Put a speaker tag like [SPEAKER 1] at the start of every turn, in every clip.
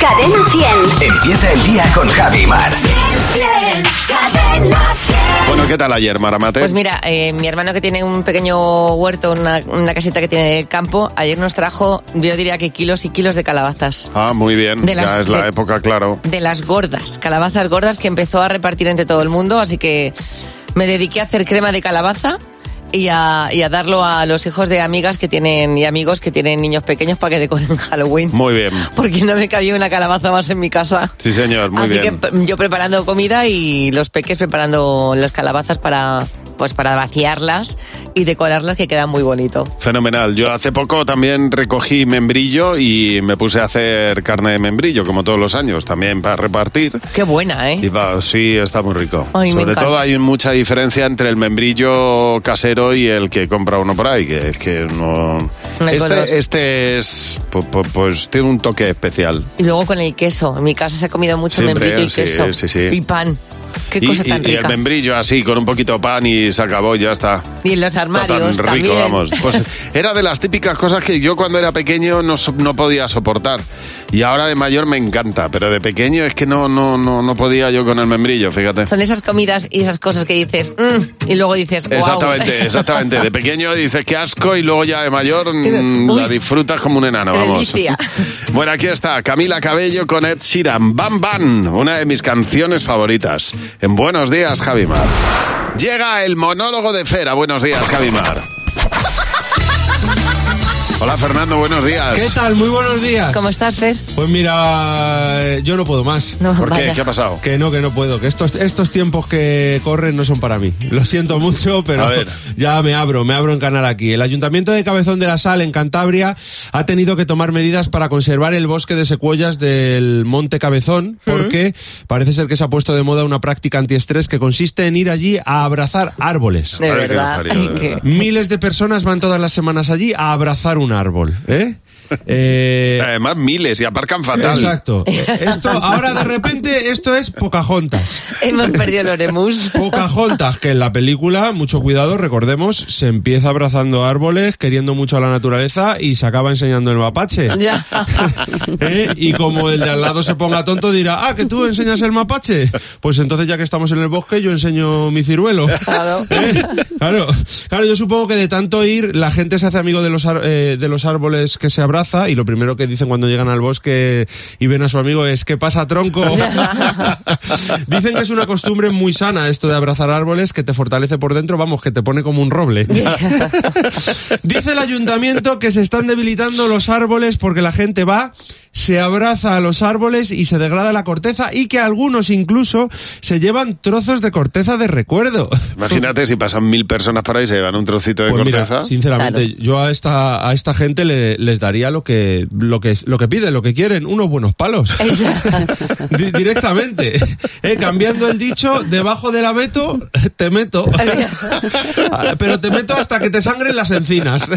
[SPEAKER 1] Cadena 100.
[SPEAKER 2] Empieza el día con Javi Mar.
[SPEAKER 1] Cadena 100.
[SPEAKER 3] Bueno, ¿qué tal ayer, Maramate?
[SPEAKER 4] Pues mira, eh, mi hermano que tiene un pequeño huerto, una, una casita que tiene del campo, ayer nos trajo, yo diría que kilos y kilos de calabazas.
[SPEAKER 3] ah, muy bien.
[SPEAKER 4] de las-
[SPEAKER 3] ya es la
[SPEAKER 4] de-
[SPEAKER 3] época, claro.
[SPEAKER 4] De las gordas, calabazas gordas que empezó a repartir entre todo el mundo, así que me dediqué a hacer crema de calabaza. Y a, y a darlo a los hijos de amigas que tienen y amigos que tienen niños pequeños para que decoren Halloween.
[SPEAKER 3] Muy bien.
[SPEAKER 4] Porque no me cabía una calabaza más en mi casa.
[SPEAKER 3] Sí, señor, muy
[SPEAKER 4] Así
[SPEAKER 3] bien.
[SPEAKER 4] que p- yo preparando comida y los peques preparando las calabazas para pues para vaciarlas y decorarlas que quedan muy bonito.
[SPEAKER 3] Fenomenal. Yo hace poco también recogí membrillo y me puse a hacer carne de membrillo, como todos los años, también para repartir.
[SPEAKER 4] Qué buena,
[SPEAKER 3] Y
[SPEAKER 4] ¿eh?
[SPEAKER 3] va, sí, está muy rico.
[SPEAKER 4] Ay, me
[SPEAKER 3] Sobre
[SPEAKER 4] encanta.
[SPEAKER 3] todo hay mucha diferencia entre el membrillo casero y el que compra uno por ahí, que es que no...
[SPEAKER 4] No hay color.
[SPEAKER 3] Este, este es, pu- pu- pues, tiene un toque especial.
[SPEAKER 4] Y luego con el queso. En mi casa se ha comido mucho
[SPEAKER 3] Siempre,
[SPEAKER 4] membrillo y
[SPEAKER 3] sí,
[SPEAKER 4] queso.
[SPEAKER 3] sí, sí.
[SPEAKER 4] Y pan. Qué
[SPEAKER 3] y,
[SPEAKER 4] cosa
[SPEAKER 3] y-
[SPEAKER 4] tan
[SPEAKER 3] y el
[SPEAKER 4] rica.
[SPEAKER 3] membrillo así, con un poquito de pan y se acabó, ya está.
[SPEAKER 4] Y en los
[SPEAKER 3] Está
[SPEAKER 4] armarios
[SPEAKER 3] tan rico,
[SPEAKER 4] también.
[SPEAKER 3] vamos. Pues era de las típicas cosas que yo cuando era pequeño no, so- no podía soportar. Y ahora de mayor me encanta, pero de pequeño es que no, no, no, no podía yo con el membrillo, fíjate.
[SPEAKER 4] Son esas comidas y esas cosas que dices, "Mm", y luego dices, wow.
[SPEAKER 3] Exactamente, exactamente. De pequeño dices que asco y luego ya de mayor mm,
[SPEAKER 4] Uy.
[SPEAKER 3] la disfrutas como un enano, vamos.
[SPEAKER 4] Delicia.
[SPEAKER 3] Bueno, aquí está Camila Cabello con Ed Sheeran, Bam Bam, una de mis canciones favoritas. En Buenos Días, Javimar. Llega el monólogo de Fera. Buenos días, Javimar. Hola, Fernando, buenos días.
[SPEAKER 5] ¿Qué tal? Muy buenos días.
[SPEAKER 4] ¿Cómo estás, Fes?
[SPEAKER 5] Pues mira, eh, yo no puedo más.
[SPEAKER 4] No,
[SPEAKER 3] ¿Por qué?
[SPEAKER 4] vaya.
[SPEAKER 3] ¿Qué ha pasado?
[SPEAKER 5] Que no, que no puedo. Que estos, estos tiempos que corren no son para mí. Lo siento mucho,
[SPEAKER 3] A
[SPEAKER 5] pero
[SPEAKER 3] ver.
[SPEAKER 5] ya me abro, me abro en canal aquí. El Ayuntamiento de Cabezón de la Sal, en Cantabria, ha tenido que tomar medidas para conservar el bosque de secuoyas del Monte Cabezón,
[SPEAKER 4] Mm.
[SPEAKER 5] porque parece ser que se ha puesto de moda una práctica antiestrés que consiste en ir allí a abrazar árboles.
[SPEAKER 4] De
[SPEAKER 3] Ay, qué
[SPEAKER 4] verdad.
[SPEAKER 3] pajarillo, de
[SPEAKER 4] Ay, qué-
[SPEAKER 3] verdad.
[SPEAKER 5] Miles de personas van todas las semanas allí a abrazar un árbol. ¿eh? Eh,
[SPEAKER 3] Además, miles y aparcan fatal.
[SPEAKER 5] Exacto.
[SPEAKER 4] Eh,
[SPEAKER 5] Esto, ahora de repente, esto es Pocahontas.
[SPEAKER 4] Hemos perdido el Oremus.
[SPEAKER 5] Pocahontas, que en la película, mucho cuidado, recordemos, se empieza abrazando árboles, queriendo mucho a la naturaleza y se acaba enseñando el mapache.
[SPEAKER 4] Ya.
[SPEAKER 5] ¿Eh? Y como el de al lado se ponga tonto, dirá, ah, que tú enseñas el mapache. Pues entonces, ya que estamos en el bosque, yo enseño mi ciruelo.
[SPEAKER 4] Claro.
[SPEAKER 5] ¿Eh? Claro, claro, yo supongo que de tanto ir, la gente se hace amigo de los, ar- eh, de los árboles que se abraza y lo primero que dicen cuando llegan al bosque y ven a su amigo es, ¿qué pasa, tronco? dicen que es una costumbre muy sana esto de abrazar árboles que te fortalece por dentro, vamos, que te pone como un roble. Dice el ayuntamiento que se están debilitando los árboles porque la gente va, se abraza a los árboles y se degrada la corteza y que algunos incluso se llevan trozos de corteza de recuerdo.
[SPEAKER 3] Imagínate si pasan mil personas por ahí y se llevan un trocito de
[SPEAKER 5] Pues mira,
[SPEAKER 3] corteza.
[SPEAKER 5] sinceramente, yo a esta, a esta gente le- les daría lo que, lo, que, lo que piden, lo que quieren, unos buenos palos. Di- directamente. Eh, cambiando el dicho, debajo del abeto te meto. Ah, Pero te meto hasta que te sangren las encinas.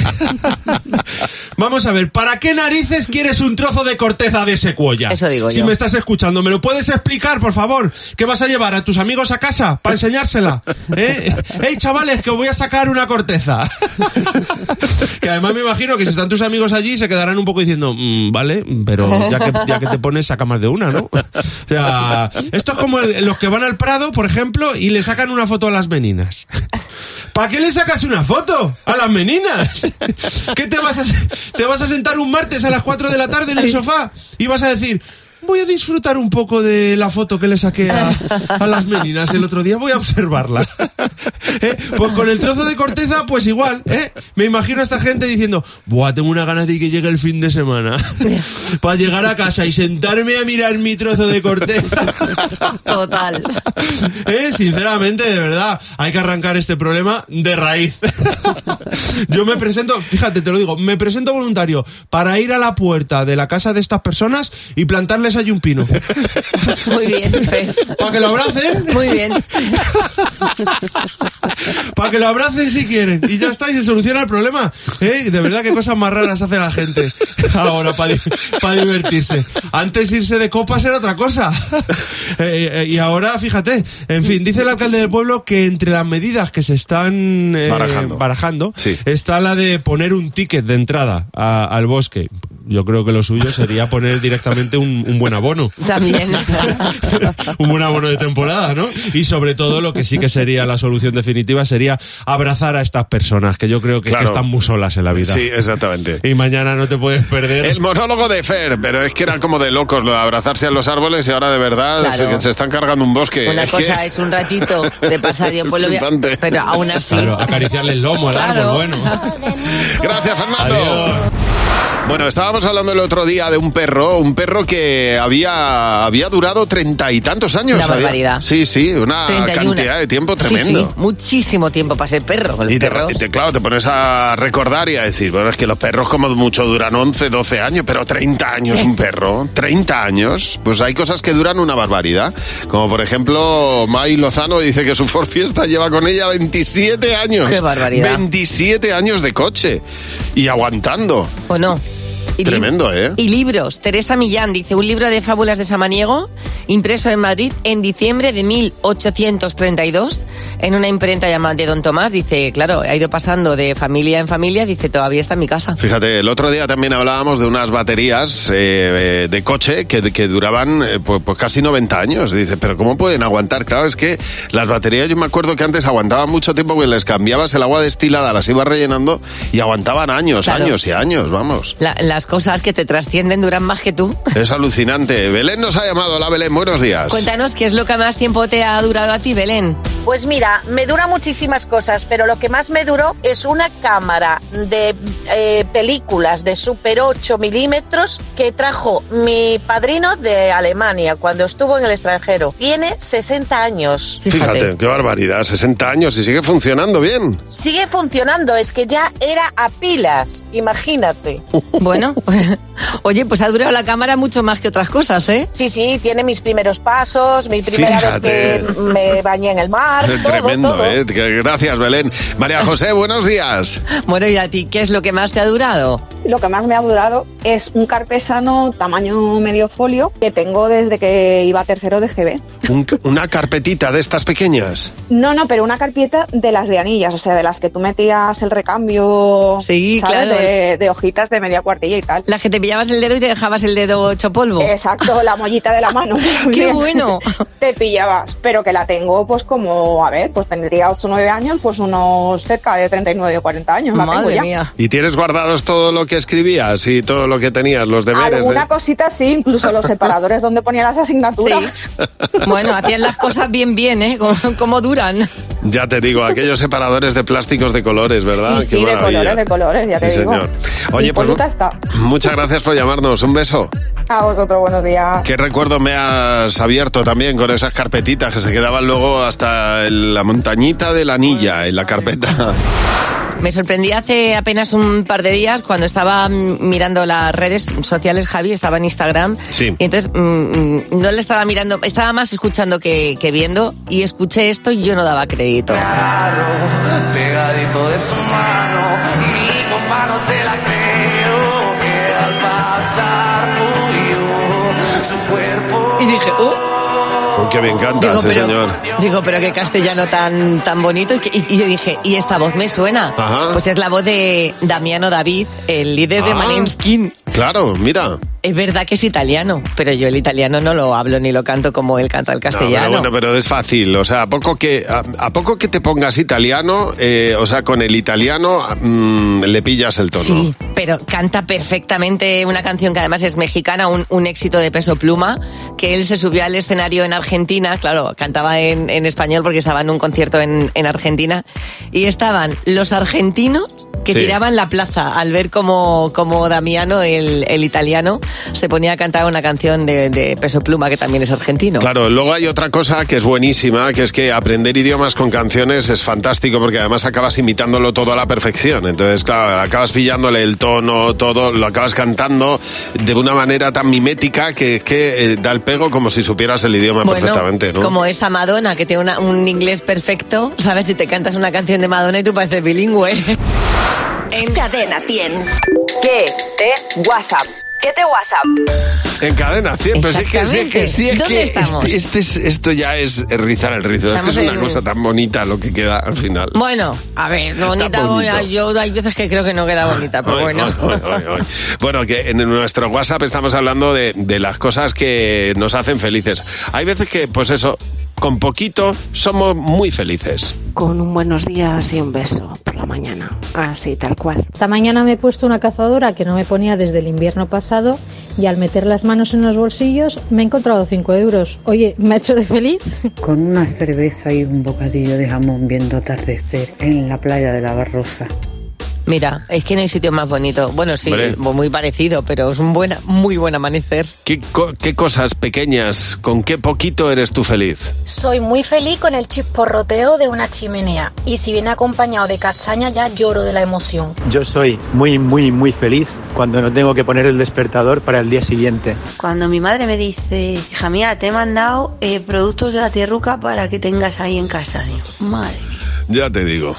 [SPEAKER 5] Vamos a ver, ¿para qué narices quieres un trozo de corteza de secuoya?
[SPEAKER 4] Eso digo
[SPEAKER 5] si
[SPEAKER 4] yo.
[SPEAKER 5] me estás escuchando, ¿me lo puedes explicar, por favor? ¿Qué vas a llevar a tus amigos a casa para enseñársela? ¿Eh? ¡Ey, chavales, que os voy a sacar una corteza! que además me imagino que si están tus amigos allí se quedarán un poco diciendo, "Mm, vale, pero ya que, ya que te pones, saca más de una, ¿no? O sea, esto es como el- los que van al Prado, por ejemplo, y le sacan una foto a las meninas. ¿Para qué le sacas una foto a las meninas? ¿Qué te vas a, te vas a sentar un martes a las 4 de la tarde en el sofá y vas a decir, voy a disfrutar un poco de la foto que le saqué a, a las meninas el otro día, voy a observarla? ¿Eh? Pues con el trozo de corteza, pues igual, ¿eh? Me imagino a esta gente diciendo, buah, tengo una ganas de que llegue el fin de semana para llegar a casa y sentarme a mirar mi trozo de corteza.
[SPEAKER 4] Total.
[SPEAKER 5] Eh, Sinceramente, de verdad, hay que arrancar este problema de raíz. Yo me presento, fíjate, te lo digo, me presento voluntario para ir a la puerta de la casa de estas personas y plantarles allí un pino.
[SPEAKER 4] Muy bien, Fe.
[SPEAKER 5] Para que lo abracen,
[SPEAKER 4] Muy bien.
[SPEAKER 5] para que lo abracen si quieren. Y ya está, y se soluciona el problema. Eh, De verdad, qué cosas más raras hace la gente ahora para divertirse. Antes irse de copas era otra cosa. Eh, eh, y ahora, fíjate, en fin, dice el alcalde del pueblo que entre las medidas que se están eh,
[SPEAKER 3] Barajando.
[SPEAKER 5] barajando
[SPEAKER 3] Sí.
[SPEAKER 5] está la de poner un ticket de entrada a- al bosque. yo creo que lo suyo sería poner directamente un, un buen abono.
[SPEAKER 4] También.
[SPEAKER 5] un buen abono de temporada, ¿no? Y sobre todo lo que sí que sería la solución definitiva sería abrazar a estas personas, que yo creo que, es que
[SPEAKER 3] Claro.
[SPEAKER 5] están muy solas en la vida.
[SPEAKER 3] Sí, exactamente.
[SPEAKER 5] Y mañana no te puedes perder.
[SPEAKER 3] El monólogo de Fer, pero es que era como de locos lo de abrazarse a los árboles y ahora de verdad
[SPEAKER 4] Claro.
[SPEAKER 3] se, se están cargando un bosque.
[SPEAKER 4] Una
[SPEAKER 3] Es
[SPEAKER 4] cosa
[SPEAKER 3] que-
[SPEAKER 4] es un ratito de pasar y después lo voy a-
[SPEAKER 3] Flipante.
[SPEAKER 4] Pero aún así.
[SPEAKER 5] Claro, acariciarle el lomo al
[SPEAKER 4] Claro.
[SPEAKER 5] árbol, bueno.
[SPEAKER 3] Gracias, Fernando.
[SPEAKER 5] Adiós.
[SPEAKER 3] Bueno, estábamos hablando el otro día de un perro, un perro que había, había durado treinta y tantos años.
[SPEAKER 4] Una
[SPEAKER 3] había-
[SPEAKER 4] barbaridad.
[SPEAKER 3] Sí, sí, una
[SPEAKER 4] 31.
[SPEAKER 3] cantidad de tiempo
[SPEAKER 4] Sí,
[SPEAKER 3] tremendo.
[SPEAKER 4] sí, muchísimo tiempo para ser perro. el
[SPEAKER 3] Y te,
[SPEAKER 4] perro.
[SPEAKER 3] y te- claro, te pones a recordar y a decir, bueno, es que los perros como mucho duran 11, 12 años, pero 30 años un perro, 30 años, pues hay cosas que duran una barbaridad. Como por ejemplo, May Lozano dice que su Ford Fiesta lleva con ella 27 años.
[SPEAKER 4] Qué barbaridad.
[SPEAKER 3] 27 años de coche y aguantando.
[SPEAKER 4] ¿O no? Y lib-
[SPEAKER 3] Tremendo, ¿eh?
[SPEAKER 4] Y libros. Teresa Millán dice, un libro de fábulas de Samaniego, impreso en Madrid en diciembre de 1832, en una imprenta llamada de Don Tomás. Dice, claro, ha ido pasando de familia en familia, dice, todavía está en mi casa.
[SPEAKER 3] Fíjate, el otro día también hablábamos de unas baterías eh, eh, de coche que, que duraban eh, pues, pues casi 90 años. Dices, pero ¿cómo pueden aguantar? Claro, es que las baterías yo me acuerdo que antes aguantaban mucho tiempo que les cambiabas el agua destilada, las ibas rellenando y aguantaban años,
[SPEAKER 4] Claro.
[SPEAKER 3] años y años, vamos.
[SPEAKER 4] La- las cosas que te trascienden duran más que tú.
[SPEAKER 3] Es alucinante. Belén nos ha llamado. Hola, Belén, buenos días.
[SPEAKER 4] Cuéntanos qué es lo que más tiempo te ha durado a ti, Belén.
[SPEAKER 1] Pues mira, me dura muchísimas cosas, pero lo que más me duró es una cámara de eh, películas de super 8 milímetros que trajo mi padrino de Alemania cuando estuvo en el extranjero. Tiene 60 años.
[SPEAKER 3] Fíjate. qué barbaridad, 60 años y sigue funcionando bien.
[SPEAKER 1] Sigue funcionando, es que ya era a pilas, imagínate.
[SPEAKER 4] Bueno, oye, pues ha durado la cámara mucho más que otras cosas, ¿eh?
[SPEAKER 1] Sí, sí, tiene mis primeros pasos, mi primera
[SPEAKER 3] Fíjate.
[SPEAKER 1] vez que me bañé en el mar. todo,
[SPEAKER 3] Tremendo,
[SPEAKER 1] todo.
[SPEAKER 3] ¿eh? Que- Gracias, Belén. María José, buenos días.
[SPEAKER 4] Bueno, y a ti, ¿qué es lo que más te ha durado?
[SPEAKER 6] Lo que más me ha durado es un carpesano tamaño medio folio que tengo desde que iba a tercero de GB.
[SPEAKER 3] Un- una carpetita de estas pequeñas.
[SPEAKER 6] No, no, pero una carpeta de las de anillas, o sea, de las que tú metías el recambio,
[SPEAKER 4] Sí,
[SPEAKER 6] ¿sabes?
[SPEAKER 4] claro.
[SPEAKER 6] De, de hojitas de media cuartilla y tal.
[SPEAKER 4] La que te pillabas el dedo y te dejabas el dedo hecho polvo.
[SPEAKER 6] Exacto, la mollita de la mano. Bien.
[SPEAKER 4] bueno!
[SPEAKER 6] Te pillabas, pero que la tengo pues como, a ver, pues tendría 8 o 9 años, pues unos cerca de 39 o 40 años. la tengo
[SPEAKER 4] Madre
[SPEAKER 6] ya.
[SPEAKER 4] mía.
[SPEAKER 3] ¿Y tienes guardados todo lo que escribías y todo lo que tenías, los deberes?
[SPEAKER 6] Alguna
[SPEAKER 3] de-
[SPEAKER 6] cosita sí, incluso los separadores donde ponía las asignaturas.
[SPEAKER 4] Sí. Bueno, hacían las cosas bien, bien, ¿eh? Como, como duran.
[SPEAKER 3] Ya te digo, aquellos separadores de plásticos de colores, ¿verdad?
[SPEAKER 6] Sí, sí, de
[SPEAKER 3] maravilla.
[SPEAKER 6] colores, de colores, ya
[SPEAKER 3] Sí,
[SPEAKER 6] te digo.
[SPEAKER 3] señor. Oye, pues
[SPEAKER 6] Hipólita está.
[SPEAKER 3] muchas gracias por llamarnos. Un beso.
[SPEAKER 6] A vosotros, buenos días.
[SPEAKER 3] ¿Qué recuerdo me has abierto también con esas carpetitas que se quedaban luego hasta en la montañita de la anilla, en la carpeta?
[SPEAKER 4] Me sorprendí hace apenas un par de días cuando estaba mm, mirando las redes sociales, Javi, estaba en Instagram.
[SPEAKER 3] Sí.
[SPEAKER 4] Y entonces mm, mm, no le estaba mirando, estaba más escuchando que, que viendo y escuché esto y yo no daba crédito.
[SPEAKER 3] Ah.
[SPEAKER 7] pegadito de su mano, mi compa no se la creo, que al pasar fui yo, su cuerpo
[SPEAKER 4] Y dije, ¡uh!
[SPEAKER 3] Oh, que me encanta,
[SPEAKER 4] Digo,
[SPEAKER 3] sí, señor.
[SPEAKER 4] pero, digo, pero qué castellano tan, tan bonito. Y, que- y- y yo dije, ¿y esta voz me suena?
[SPEAKER 3] Ajá.
[SPEAKER 4] Pues es la voz de Damiano David, el líder de
[SPEAKER 3] Ah.
[SPEAKER 4] Maneskin.
[SPEAKER 3] Claro, mira.
[SPEAKER 4] Es verdad que es italiano, pero yo el italiano no lo hablo ni lo canto como él canta el
[SPEAKER 3] No, pero
[SPEAKER 4] castellano.
[SPEAKER 3] Ah, bueno, pero es fácil. O sea, a poco que, a, a poco que te pongas italiano, eh, o sea, con el italiano mm, le pillas el tono.
[SPEAKER 4] Sí, pero canta perfectamente una canción que además es mexicana, un, un éxito de peso pluma, que él se subió al escenario en Argentina, claro, cantaba en, en español porque estaba en un concierto en, en Argentina, y estaban los argentinos que
[SPEAKER 3] Sí.
[SPEAKER 4] tiraban la plaza al ver cómo, cómo Damiano, el, el italiano, se ponía a cantar una canción de, de peso pluma que también es argentino.
[SPEAKER 3] Claro, luego hay otra cosa que es buenísima, que es que aprender idiomas con canciones es fantástico porque además acabas imitándolo todo a la perfección. Entonces, claro, acabas pillándole el tono, todo, lo acabas cantando de una manera tan mimética que es que eh, da el pego como si supieras el idioma perfectamente, ¿no?
[SPEAKER 4] como esa Madonna que tiene una- un inglés perfecto, ¿sabes? Si te cantas una canción de Madonna y tú pareces bilingüe. En-
[SPEAKER 8] Cadena 100.
[SPEAKER 1] ¿Qué? Te WhatsApp.
[SPEAKER 8] 7 WhatsApp.
[SPEAKER 3] En cadena 100, pero si es que, si es que, si es que
[SPEAKER 8] Exactamente. ¿Dónde estamos?
[SPEAKER 3] este- este es- esto ya es rizar el rizo. Es que
[SPEAKER 4] Estamos
[SPEAKER 3] es una
[SPEAKER 4] en-
[SPEAKER 3] cosa tan bonita lo que queda al final.
[SPEAKER 4] Bueno, a ver, bonita,
[SPEAKER 3] bonito.
[SPEAKER 4] bonita. Yo hay veces que creo que no queda bonita, pero
[SPEAKER 3] Ay,
[SPEAKER 4] bueno.
[SPEAKER 3] ay, ay, ay, ay. Bueno, que en nuestro WhatsApp estamos hablando de, de las cosas que nos hacen felices. Hay veces que, pues eso, con poquito somos muy felices.
[SPEAKER 9] Con un buenos días y un beso por la mañana. Así, tal cual.
[SPEAKER 10] Esta mañana me he puesto una cazadora que no me ponía desde el invierno pasado y al meter las manos en los bolsillos me he encontrado 5 euros. Oye, ¿me ha hecho de feliz?
[SPEAKER 11] Con una cerveza y un bocadillo de jamón viendo atardecer en la playa de la Barrosa.
[SPEAKER 4] Mira, es que no hay sitio más bonito. Bueno, sí,
[SPEAKER 3] Hombre.
[SPEAKER 4] muy parecido, pero es un buena, muy buen amanecer.
[SPEAKER 3] ¿Qué, co- qué cosas pequeñas, con qué poquito eres tú feliz?
[SPEAKER 12] Soy muy feliz con el chisporroteo de una chimenea y si viene acompañado de castaña ya lloro de la emoción.
[SPEAKER 13] Yo soy muy, muy, muy feliz cuando no tengo que poner el despertador para el día siguiente.
[SPEAKER 14] Cuando mi madre me dice, hija mía, te he mandado eh, productos de la tierruca para que tengas ahí en casa. Digo, madre.
[SPEAKER 3] Ya te digo.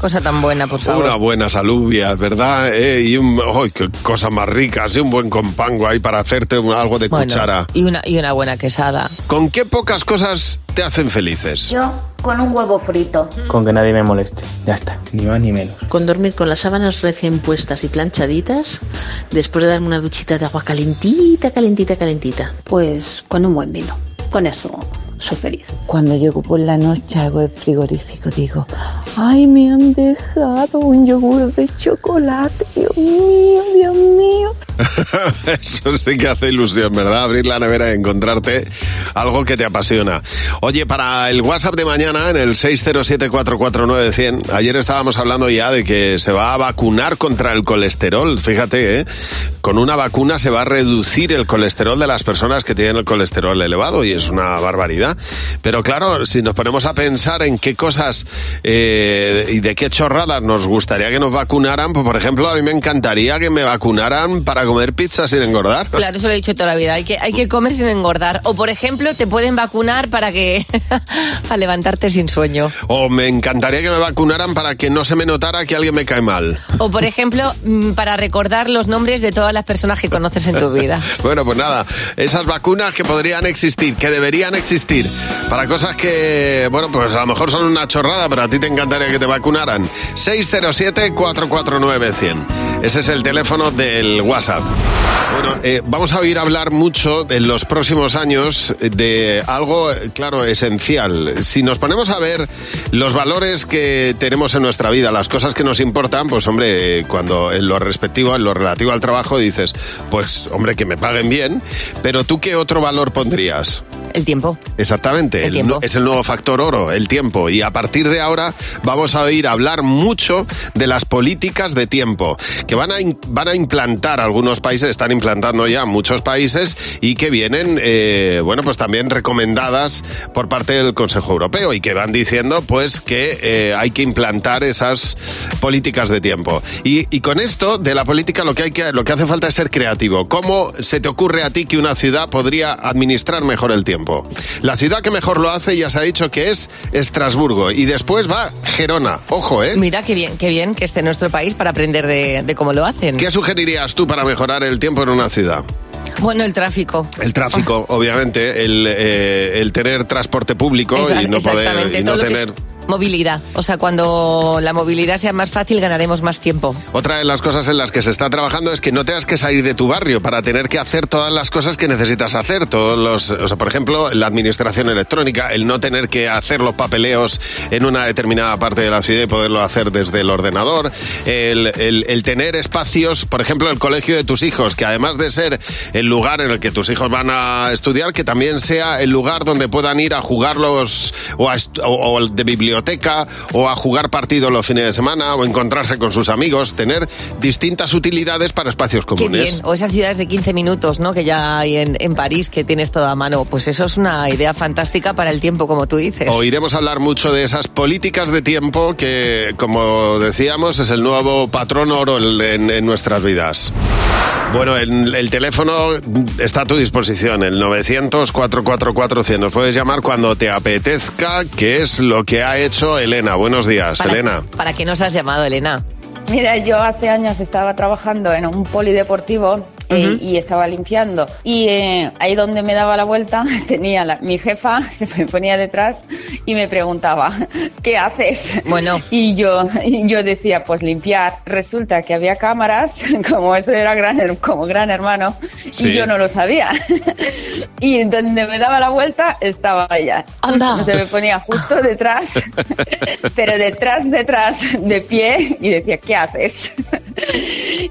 [SPEAKER 4] Cosa tan buena, por favor.
[SPEAKER 3] Una buena salubia, ¿verdad? Eh, y un, ¡ay, qué cosas más ricas! Y un buen compango ahí para hacerte un- algo de
[SPEAKER 4] Bueno,
[SPEAKER 3] cuchara.
[SPEAKER 4] y una, y una buena quesada.
[SPEAKER 3] ¿Con qué pocas cosas te hacen felices?
[SPEAKER 15] Yo con un huevo frito.
[SPEAKER 13] Con que nadie me moleste. Ya está, ni más ni menos.
[SPEAKER 16] Con dormir con las sábanas recién puestas y planchaditas, después de darme una duchita de agua calentita, calentita, calentita. Pues con un buen vino. Con eso soy feliz.
[SPEAKER 11] Cuando yo por la noche hago el frigorífico, digo, ¡ay, me han dejado un yogur de chocolate! ¡Dios mío, Dios mío!
[SPEAKER 3] Eso sí que hace ilusión, ¿verdad? Abrir la nevera y encontrarte algo que te apasiona. Oye, para el WhatsApp de mañana, en el 607-449-100, ayer estábamos hablando ya de que se va a vacunar contra el colesterol. Fíjate, ¿eh? Con una vacuna se va a reducir el colesterol de las personas que tienen el colesterol elevado y es una barbaridad. Pero claro, si nos ponemos a pensar en qué cosas eh, y de qué chorradas nos gustaría que nos vacunaran, pues por ejemplo, a mí me encantaría que me vacunaran para comer pizza sin engordar.
[SPEAKER 4] Claro, eso lo he dicho toda la vida. Hay que, hay que comer sin engordar. O, por ejemplo, te pueden vacunar para que. para levantarte sin sueño.
[SPEAKER 3] O me encantaría que me vacunaran para que no se me notara que alguien me cae mal.
[SPEAKER 4] O, por ejemplo, mm, para recordar los nombres de todas las personas que conoces en tu vida.
[SPEAKER 3] Bueno, pues nada, esas vacunas que podrían existir, que deberían existir, para cosas que, bueno, pues a lo mejor son una chorrada, pero a ti te encantaría que te vacunaran. 607-449-100. Ese es el teléfono del WhatsApp. Bueno, eh, vamos a oír hablar mucho en los próximos años eh, de algo, eh, claro, esencial. Si nos ponemos a ver los valores que tenemos en nuestra vida, las cosas que nos importan, pues hombre, eh, cuando en lo respectivo, en lo relativo al trabajo, dices, pues hombre, que me paguen bien, pero tú qué otro valor pondrías?
[SPEAKER 4] El tiempo.
[SPEAKER 3] Exactamente, el
[SPEAKER 4] tiempo.
[SPEAKER 3] nu- es el nuevo factor oro, el tiempo. Y a partir de ahora vamos a oír hablar mucho de las políticas de tiempo, que van a, in- van a implantar algunos países, están implantando ya muchos países y que vienen, eh, bueno, pues también recomendadas por parte del Consejo Europeo y que van diciendo, pues, que eh, hay que implantar esas políticas de tiempo. Y, y con esto de la política lo que, hay que, lo que hace falta es ser creativo. ¿Cómo se te ocurre a ti que una ciudad podría administrar mejor el tiempo? La ciudad que mejor lo hace ya se ha dicho que es Estrasburgo y después va Gerona. Ojo, ¿eh?
[SPEAKER 4] Mira qué bien, qué bien que esté en nuestro país para aprender de, de cómo lo hacen.
[SPEAKER 3] ¿Qué sugerirías tú para mejorar el tiempo en una ciudad?
[SPEAKER 4] Bueno, el tráfico.
[SPEAKER 3] El tráfico,
[SPEAKER 4] Ah.
[SPEAKER 3] obviamente, el, eh, el tener transporte público
[SPEAKER 4] Esa-
[SPEAKER 3] y no poder
[SPEAKER 4] exactamente,
[SPEAKER 3] y no
[SPEAKER 4] todo lo que es
[SPEAKER 3] tener...
[SPEAKER 4] Movilidad. O sea, cuando la movilidad sea más fácil, ganaremos más tiempo.
[SPEAKER 3] Otra de las cosas en las que se está trabajando es que no tengas que salir de tu barrio para tener que hacer todas las cosas que necesitas hacer. Todos los, o sea, por ejemplo, la administración electrónica, el no tener que hacer los papeleos en una determinada parte de la ciudad y poderlo hacer desde el ordenador. El, el- el tener espacios, por ejemplo, el colegio de tus hijos, que además de ser el lugar en el que tus hijos van a estudiar, que también sea el lugar donde puedan ir a jugarlos o, a est- o- o el de biblioteca o a jugar partido los fines de semana o encontrarse con sus amigos, tener distintas utilidades para espacios
[SPEAKER 4] Qué
[SPEAKER 3] comunes.
[SPEAKER 4] bien. O esas ciudades de 15 minutos, ¿no? Que ya hay en, en París, que tienes todo a mano. Pues eso es una idea fantástica para el tiempo, como tú dices.
[SPEAKER 3] Oiremos hablar mucho de esas políticas de tiempo que, como decíamos, es el nuevo patrón oro en, en- en nuestras vidas. Bueno, el, el teléfono está a tu disposición, el 900-444-100. Nos puedes llamar cuando te apetezca, que es lo que ha hecho Elena. Buenos días,
[SPEAKER 4] Para-
[SPEAKER 3] Elena.
[SPEAKER 4] ¿Para qué nos has llamado, Elena?
[SPEAKER 17] Mira, yo hace años estaba trabajando en un polideportivo y
[SPEAKER 8] eh,
[SPEAKER 17] Ujú.
[SPEAKER 8] y estaba limpiando. Y eh, ahí donde me daba la vuelta, tenía la- mi jefa, se me ponía detrás y me preguntaba, ¿qué haces? Bueno. Y yo, y yo decía, pues limpiar. Resulta que había cámaras, como eso era gran, her- como gran hermano,
[SPEAKER 17] Sí.
[SPEAKER 8] y yo no lo sabía. Y donde me daba la vuelta estaba ella.
[SPEAKER 4] Anda.
[SPEAKER 8] Se me ponía justo detrás, pero detrás, detrás, de pie, y decía, ¿qué haces?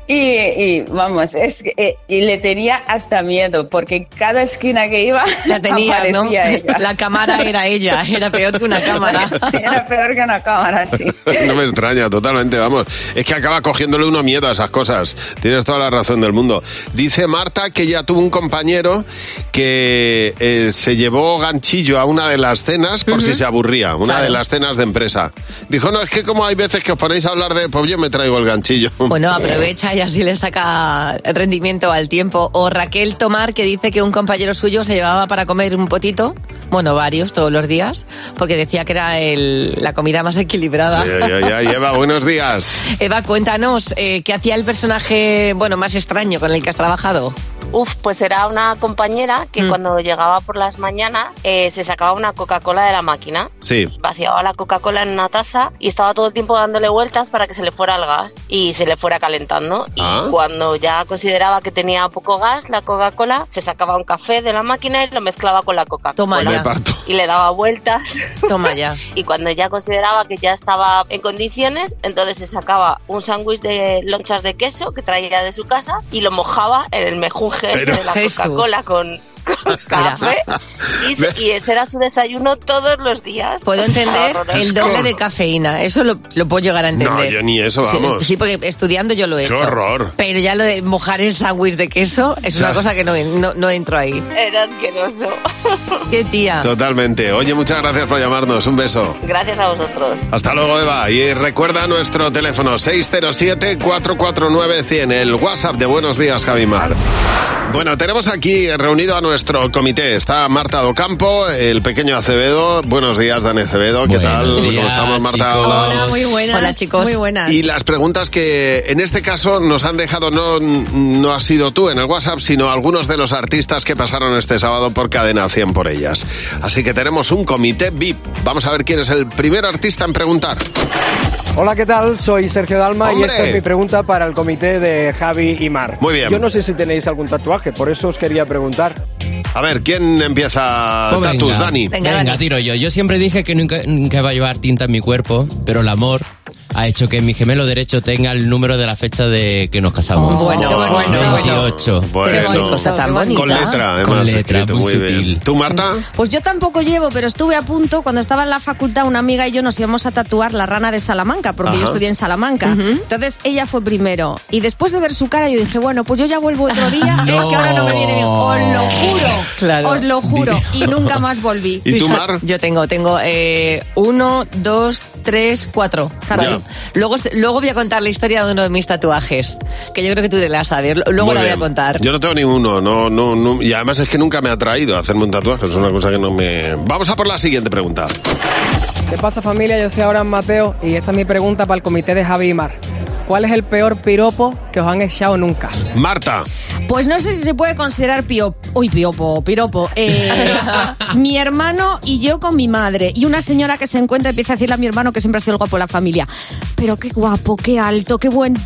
[SPEAKER 8] Y, y, vamos, es que eh, y le tenía hasta miedo, porque en cada esquina que iba,
[SPEAKER 4] La tenía, ¿no?
[SPEAKER 8] aparecía ella.
[SPEAKER 4] La cámara era ella, era peor que una cámara.
[SPEAKER 8] Era peor que una cámara, sí.
[SPEAKER 3] No me extraña, totalmente, vamos. Es que acaba cogiéndole uno miedo a esas cosas. Tienes toda la razón del mundo. Dice Marta que ya tuvo un compañero que eh, se llevó ganchillo a una de las cenas por si se aburría, una de las cenas de empresa. Dijo, no, es que como hay veces que os ponéis a hablar de, pues yo me traigo el ganchillo.
[SPEAKER 4] Bueno, aprovecha y así le saca rendimiento al tiempo. O Raquel Tomar, que dice que un compañero suyo se llevaba para comer un potito, bueno, varios todos los días, porque decía que era el- la comida más equilibrada.
[SPEAKER 3] Ya, ya, ya, Eva, buenos días.
[SPEAKER 4] Eva, cuéntanos, eh, ¿qué hacía el personaje bueno más extraño con el que has trabajado?
[SPEAKER 18] Uf, pues era una compañera
[SPEAKER 4] Mm.
[SPEAKER 18] que cuando llegaba por las mañanas eh, se sacaba una Coca-Cola de la máquina.
[SPEAKER 3] Sí.
[SPEAKER 19] Pues
[SPEAKER 18] Vaciaba la Coca-Cola en una taza y estaba todo el tiempo dándole vueltas para que se le fuera el gas y se le fuera calentando.
[SPEAKER 3] Ah.
[SPEAKER 18] Y cuando ya consideraba que tenía poco gas, la Coca-Cola se sacaba un café de la máquina y lo mezclaba con la Coca-Cola.
[SPEAKER 4] Toma ya.
[SPEAKER 18] Y le daba vueltas.
[SPEAKER 4] Toma ya.
[SPEAKER 18] Y cuando ya consideraba que ya estaba en condiciones, entonces se sacaba un sándwich de lonchas de queso que traía de su casa y lo mojaba en el mejunje
[SPEAKER 3] Pero-
[SPEAKER 18] de la
[SPEAKER 3] Jesús.
[SPEAKER 18] Coca-Cola con, con café. Y, y ese era su desayuno todos los días.
[SPEAKER 4] Puedo entender
[SPEAKER 18] Horroroso.
[SPEAKER 4] el doble de cafeína, eso lo, lo puedo llegar a entender.
[SPEAKER 3] yo ni eso,
[SPEAKER 4] Sí,
[SPEAKER 3] vamos.
[SPEAKER 4] Sí, porque estudiando yo lo he
[SPEAKER 3] Qué
[SPEAKER 4] hecho.
[SPEAKER 3] horror.
[SPEAKER 4] Pero ya lo de mojar el sándwich de queso es
[SPEAKER 3] O sea.
[SPEAKER 4] una cosa que no, no, no entro ahí.
[SPEAKER 18] Era asqueroso.
[SPEAKER 4] Qué tía.
[SPEAKER 3] Totalmente. Oye, muchas gracias por llamarnos. Un beso.
[SPEAKER 18] Gracias a vosotros.
[SPEAKER 3] Hasta luego, Eva. Y recuerda nuestro teléfono 607-449-100, el WhatsApp de Buenos Días, Javimar. Bueno, tenemos aquí reunido a nuestro comité. Está Marta Docampo, el pequeño Acevedo. Buenos días, Dan Acevedo. ¿Qué tal? ¿Cómo estamos, Marta?
[SPEAKER 19] Hola, muy buenas.
[SPEAKER 4] Hola, chicos.
[SPEAKER 19] Muy buenas.
[SPEAKER 3] Y las preguntas que en este caso nos han dejado no, no has sido tú en el WhatsApp, sino algunos de los artistas que pasaron este sábado por Cadena 100 por ellas. Así que tenemos un comité VIP. Vamos a ver quién es el primer artista en preguntar.
[SPEAKER 20] Hola, ¿qué tal? Soy Sergio Dalma
[SPEAKER 3] ¡Hombre!
[SPEAKER 20] y esta es mi pregunta para el comité de Javi y Mar.
[SPEAKER 3] Muy bien.
[SPEAKER 20] Yo no sé si tenéis algún tatuaje, por eso os quería preguntar.
[SPEAKER 3] A ver, ¿quién empieza?
[SPEAKER 19] Pues venga.
[SPEAKER 3] Tatus, Dani.
[SPEAKER 19] Venga, tiro yo. Yo siempre dije que nunca, nunca iba a llevar tinta en mi cuerpo, pero el amor ha hecho que mi gemelo derecho tenga el número de la fecha de que nos casamos.
[SPEAKER 4] Bueno,
[SPEAKER 19] Oh,
[SPEAKER 4] bueno, bueno.
[SPEAKER 19] 28.
[SPEAKER 3] Bueno.
[SPEAKER 4] Qué cosa tan bonita.
[SPEAKER 3] Con letra, además.
[SPEAKER 19] Con letra,
[SPEAKER 3] escrito,
[SPEAKER 19] muy
[SPEAKER 3] bien.
[SPEAKER 19] sutil.
[SPEAKER 3] ¿Tú, Marta?
[SPEAKER 21] Pues yo tampoco llevo, pero estuve a punto cuando estaba en la facultad una amiga y yo nos íbamos a tatuar la rana de Salamanca, porque
[SPEAKER 3] Ajá.
[SPEAKER 21] yo estudié en Salamanca. Entonces ella fue primero y después de ver su cara yo dije, bueno, pues yo ya vuelvo otro día, es que ahora no me viene bien.
[SPEAKER 5] Oh.
[SPEAKER 21] Os lo
[SPEAKER 19] Oh,
[SPEAKER 21] juro,
[SPEAKER 4] Claro.
[SPEAKER 21] os lo juro y nunca más volví.
[SPEAKER 3] ¿Y tú, Mar?
[SPEAKER 4] Yo tengo, tengo eh, uno, dos, tres, cuatro.
[SPEAKER 3] Caray.
[SPEAKER 4] Luego, se- luego voy a contar la historia de uno de mis tatuajes, que yo creo que tú te la sabes. Luego
[SPEAKER 3] Muy
[SPEAKER 4] la
[SPEAKER 3] bien.
[SPEAKER 4] voy a contar.
[SPEAKER 3] Yo no tengo ninguno, no, no, no. Y además es que nunca me ha traído a hacerme un tatuaje, es una cosa que no me. Vamos a por la siguiente pregunta.
[SPEAKER 22] ¿Qué pasa familia? Yo soy Abraham Mateo y esta es mi pregunta para el comité de Javi y Mar. ¿Cuál es el peor piropo que os han echado nunca?
[SPEAKER 3] Marta.
[SPEAKER 21] Pues no sé si se puede considerar piopo. Uy, piopo, piropo. Eh, mi hermano y yo con mi madre. Y una señora que se encuentra empieza a decirle a mi hermano que siempre ha sido el guapo de la familia. Pero qué guapo, qué alto, qué buena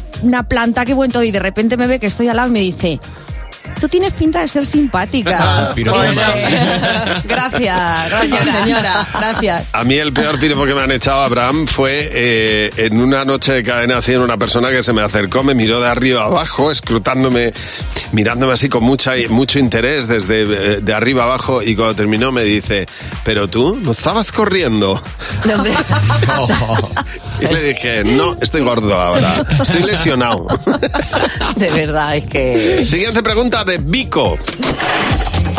[SPEAKER 21] planta, qué buen todo. Y de repente me ve que estoy al lado y me dice. Tú tienes pinta de ser
[SPEAKER 19] Ah,
[SPEAKER 4] Ah,
[SPEAKER 21] simpática. Bueno, gracias, señora, señora. Gracias.
[SPEAKER 3] A mí el peor piropo que me han echado, Abraham, fue eh, en una noche de cadena 100 una persona que se me acercó, me miró de arriba abajo, escrutándome, mirándome así con mucha, mucho interés desde eh, de arriba abajo y cuando terminó me dice, pero tú no estabas corriendo. Y le dije, no, estoy gordo ahora, estoy lesionado.
[SPEAKER 4] De verdad, es que...
[SPEAKER 3] Siguiente pregunta de Vico.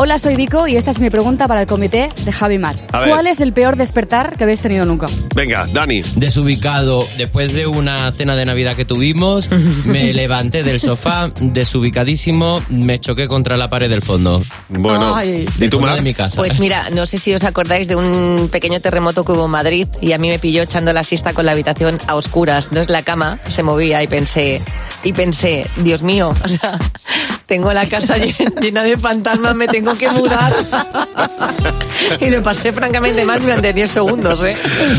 [SPEAKER 23] Hola, soy Vico y esta es mi pregunta para el comité de Javi Mar.
[SPEAKER 3] A ver.
[SPEAKER 23] ¿Cuál es el peor despertar que habéis tenido nunca?
[SPEAKER 3] Venga, Dani.
[SPEAKER 19] Desubicado. Después de una cena de Navidad que tuvimos, me levanté del sofá, desubicadísimo, me choqué contra la pared del fondo.
[SPEAKER 3] Bueno,
[SPEAKER 4] Ay.
[SPEAKER 19] ¿y tú, De mi casa.
[SPEAKER 4] Pues mira, no sé si os acordáis de un pequeño terremoto que hubo en Madrid y a mí me pilló echando la siesta con la habitación a oscuras. Entonces la cama se movía y pensé, y pensé, Dios mío, o sea, Tengo la casa llen- llena de fantasmas, me tengo que mudar. y lo pasé francamente mal durante 10 segundos, ¿eh?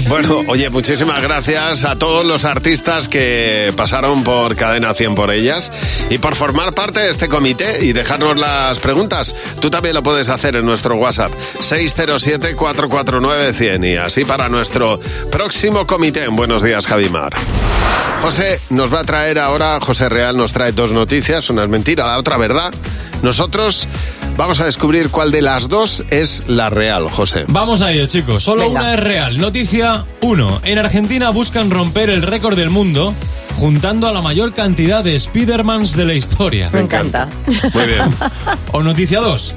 [SPEAKER 3] Bueno, oye, muchísimas gracias a todos los artistas que pasaron por Cadena 100 por ellas y por formar parte de este comité y dejarnos las preguntas. Tú también lo puedes hacer en nuestro WhatsApp 607-449-100 y así para nuestro próximo comité en Buenos Días, Javimar. José nos va a traer ahora, José Real nos trae dos noticias, una es mentira, la otra verdad. Nosotros vamos a descubrir cuál de las dos es la real, José.
[SPEAKER 2] Vamos a ello, chicos. Solo
[SPEAKER 3] Venga.
[SPEAKER 2] una es real. Noticia 1. En Argentina buscan romper el récord del mundo juntando a la mayor cantidad de Spidermans de la historia.
[SPEAKER 4] Me encanta.
[SPEAKER 2] Muy bien. O noticia 2.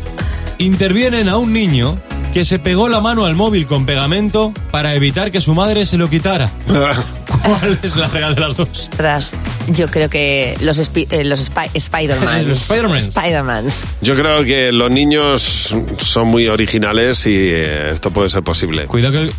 [SPEAKER 2] Intervienen a un niño que se pegó la mano al móvil con pegamento para evitar que su madre se lo quitara. ¿Cuál es la real de las dos?
[SPEAKER 4] Ostras, yo creo que los, espi- eh, los Spy- Spider-Mans.
[SPEAKER 2] Los Spider-Mans.
[SPEAKER 4] Spider-Mans.
[SPEAKER 3] Yo creo que los niños son muy originales y eh, esto puede ser posible.
[SPEAKER 2] Cuidado que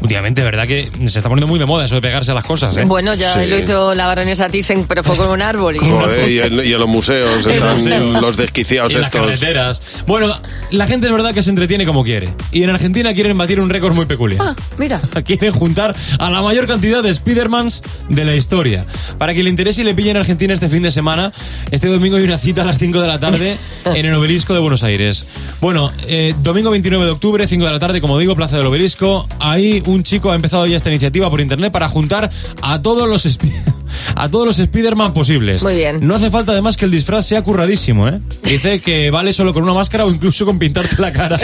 [SPEAKER 2] últimamente, ¿verdad? Que se está poniendo muy de moda eso de pegarse a las cosas, ¿eh?
[SPEAKER 4] Bueno, ya
[SPEAKER 3] Sí.
[SPEAKER 4] lo hizo la baronesa Thyssen, pero fue con un árbol. y-
[SPEAKER 3] Joder, y, en, y en los museos
[SPEAKER 2] En
[SPEAKER 3] están
[SPEAKER 2] los museos.
[SPEAKER 3] los desquiciados
[SPEAKER 2] en las
[SPEAKER 3] estos.
[SPEAKER 2] carreteras. Bueno, la gente es verdad que se entretiene como quiere. Y en Argentina quieren batir un récord muy peculiar.
[SPEAKER 4] Ah, Mira.
[SPEAKER 2] Quieren juntar a la mayor cantidad de Spidermans de la historia. Para que le interese y le pille en Argentina este fin de semana, este domingo hay una cita a las 5 de la tarde en el Obelisco de Buenos Aires. Bueno, eh, domingo 29 de octubre, 5 de la tarde, como digo, Plaza del Obelisco. Ahí un chico ha empezado ya esta iniciativa por internet para juntar a todos los Spiderman a todos los Spiderman posibles.
[SPEAKER 4] Muy bien.
[SPEAKER 2] No hace falta además que el disfraz sea curradísimo, ¿eh? Dice que vale solo con una máscara o incluso con pintarte la cara.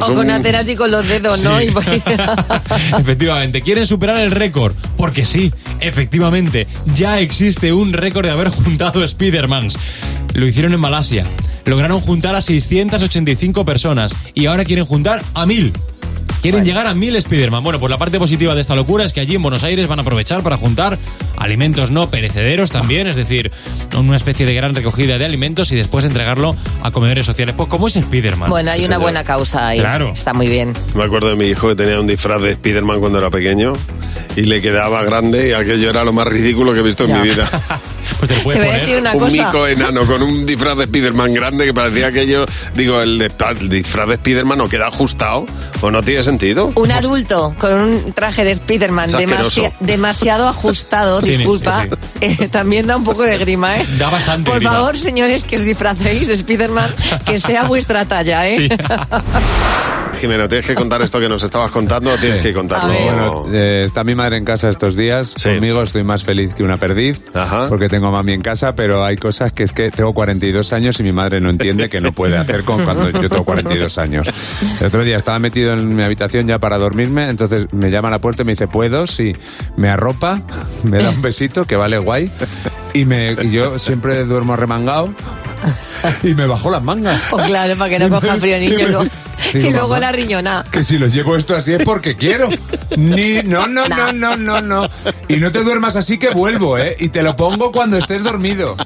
[SPEAKER 4] o con ateras y con los dedos, ¿no?
[SPEAKER 2] Sí.
[SPEAKER 4] Y por-
[SPEAKER 2] Efectivamente, quieren superar el récord. Porque sí, efectivamente, ya existe un récord de haber juntado Spidermans. Lo hicieron en Malasia. Lograron juntar a 685 personas y ahora quieren juntar a 1000. Quieren llegar a 1000 Spiderman. Bueno, pues la parte positiva de esta locura es que allí en Buenos Aires van a aprovechar para juntar alimentos no perecederos también, es decir, una especie de gran recogida de alimentos y después entregarlo a comedores sociales. Pues como es Spiderman.
[SPEAKER 4] Bueno, hay
[SPEAKER 2] Sí,
[SPEAKER 4] una
[SPEAKER 2] señor.
[SPEAKER 4] buena causa ahí.
[SPEAKER 2] Claro.
[SPEAKER 4] Está muy bien.
[SPEAKER 3] Me acuerdo de mi hijo que tenía un disfraz de Spiderman cuando era pequeño y le quedaba grande y aquello era lo más ridículo que he visto en mi vida.
[SPEAKER 2] Pues te
[SPEAKER 4] puedes Te voy a poner. decir una
[SPEAKER 3] un
[SPEAKER 4] cosa.
[SPEAKER 3] mico enano con un disfraz de Spiderman grande que parecía aquello. Digo, el, de- el disfraz de Spiderman o queda ajustado o no tiene sentido.
[SPEAKER 4] Un adulto con un traje de Spiderman
[SPEAKER 3] Es asqueroso.
[SPEAKER 4] demasi- demasiado ajustado,
[SPEAKER 3] Sí, sí,
[SPEAKER 4] disculpa, eh, también da un poco de grima, ¿eh?
[SPEAKER 2] Da bastante.
[SPEAKER 4] Por
[SPEAKER 2] grima.
[SPEAKER 4] favor, señores, que os disfracéis de Spiderman, que sea vuestra talla, ¿eh?
[SPEAKER 3] Sí. Jimeno, ¿tienes que contar esto que nos estabas contando o tienes que contarlo?
[SPEAKER 5] Bueno, eh, está mi madre en casa estos días. Conmigo estoy más feliz que una perdiz, porque tengo a mami en casa, pero hay cosas que es que tengo 42 años y mi madre no entiende que no puede hacer con cuando yo tengo 42 años. El otro día estaba metido en mi habitación ya para dormirme, entonces me llama a la puerta y me dice, ¿puedo? Sí. Me arropa, me da un besito, que vale guay, y, me, y yo siempre duermo remangado y me bajó las mangas.
[SPEAKER 4] Pues claro, para que no coja frío niño. ¿no?
[SPEAKER 5] Digo,
[SPEAKER 4] Y luego
[SPEAKER 5] mamá.
[SPEAKER 4] la riñona.
[SPEAKER 5] Que si los llevo esto así es porque quiero. Ni, no, no, no, no, no, no. Y no te duermas así que vuelvo, ¿eh? Y te lo pongo cuando estés dormido.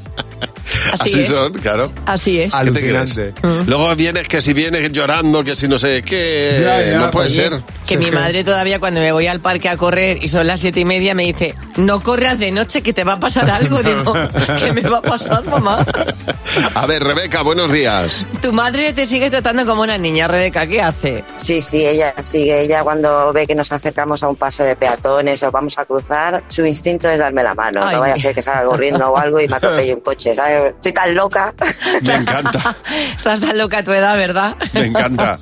[SPEAKER 4] Así,
[SPEAKER 3] Así
[SPEAKER 4] es.
[SPEAKER 3] son, claro.
[SPEAKER 4] Así es.
[SPEAKER 3] ¿Qué te crees?
[SPEAKER 4] Mm.
[SPEAKER 3] Luego vienes que si vienes llorando, que si no sé qué,
[SPEAKER 5] Ya, ya,
[SPEAKER 3] no puede
[SPEAKER 4] pues,
[SPEAKER 5] oye,
[SPEAKER 3] ser.
[SPEAKER 4] Que mi madre todavía cuando me voy al parque a correr y son las siete y media me dice, no corras de noche que te va a pasar algo. Digo, ¿qué me va a pasar, mamá?
[SPEAKER 3] A ver, Rebeca, buenos días.
[SPEAKER 4] Tu madre te sigue tratando como una niña, Rebeca, ¿qué hace?
[SPEAKER 17] Sí, sí, ella sigue. Ella cuando ve que nos acercamos a un paso de peatones o vamos a cruzar, su instinto es darme la mano.
[SPEAKER 4] Ay.
[SPEAKER 17] No vaya a ser que salga corriendo o algo y me atropelle un coche, ¿sabes? Estoy tan loca.
[SPEAKER 3] Me encanta,
[SPEAKER 4] Estás tan loca a tu edad, ¿verdad?
[SPEAKER 3] me encanta.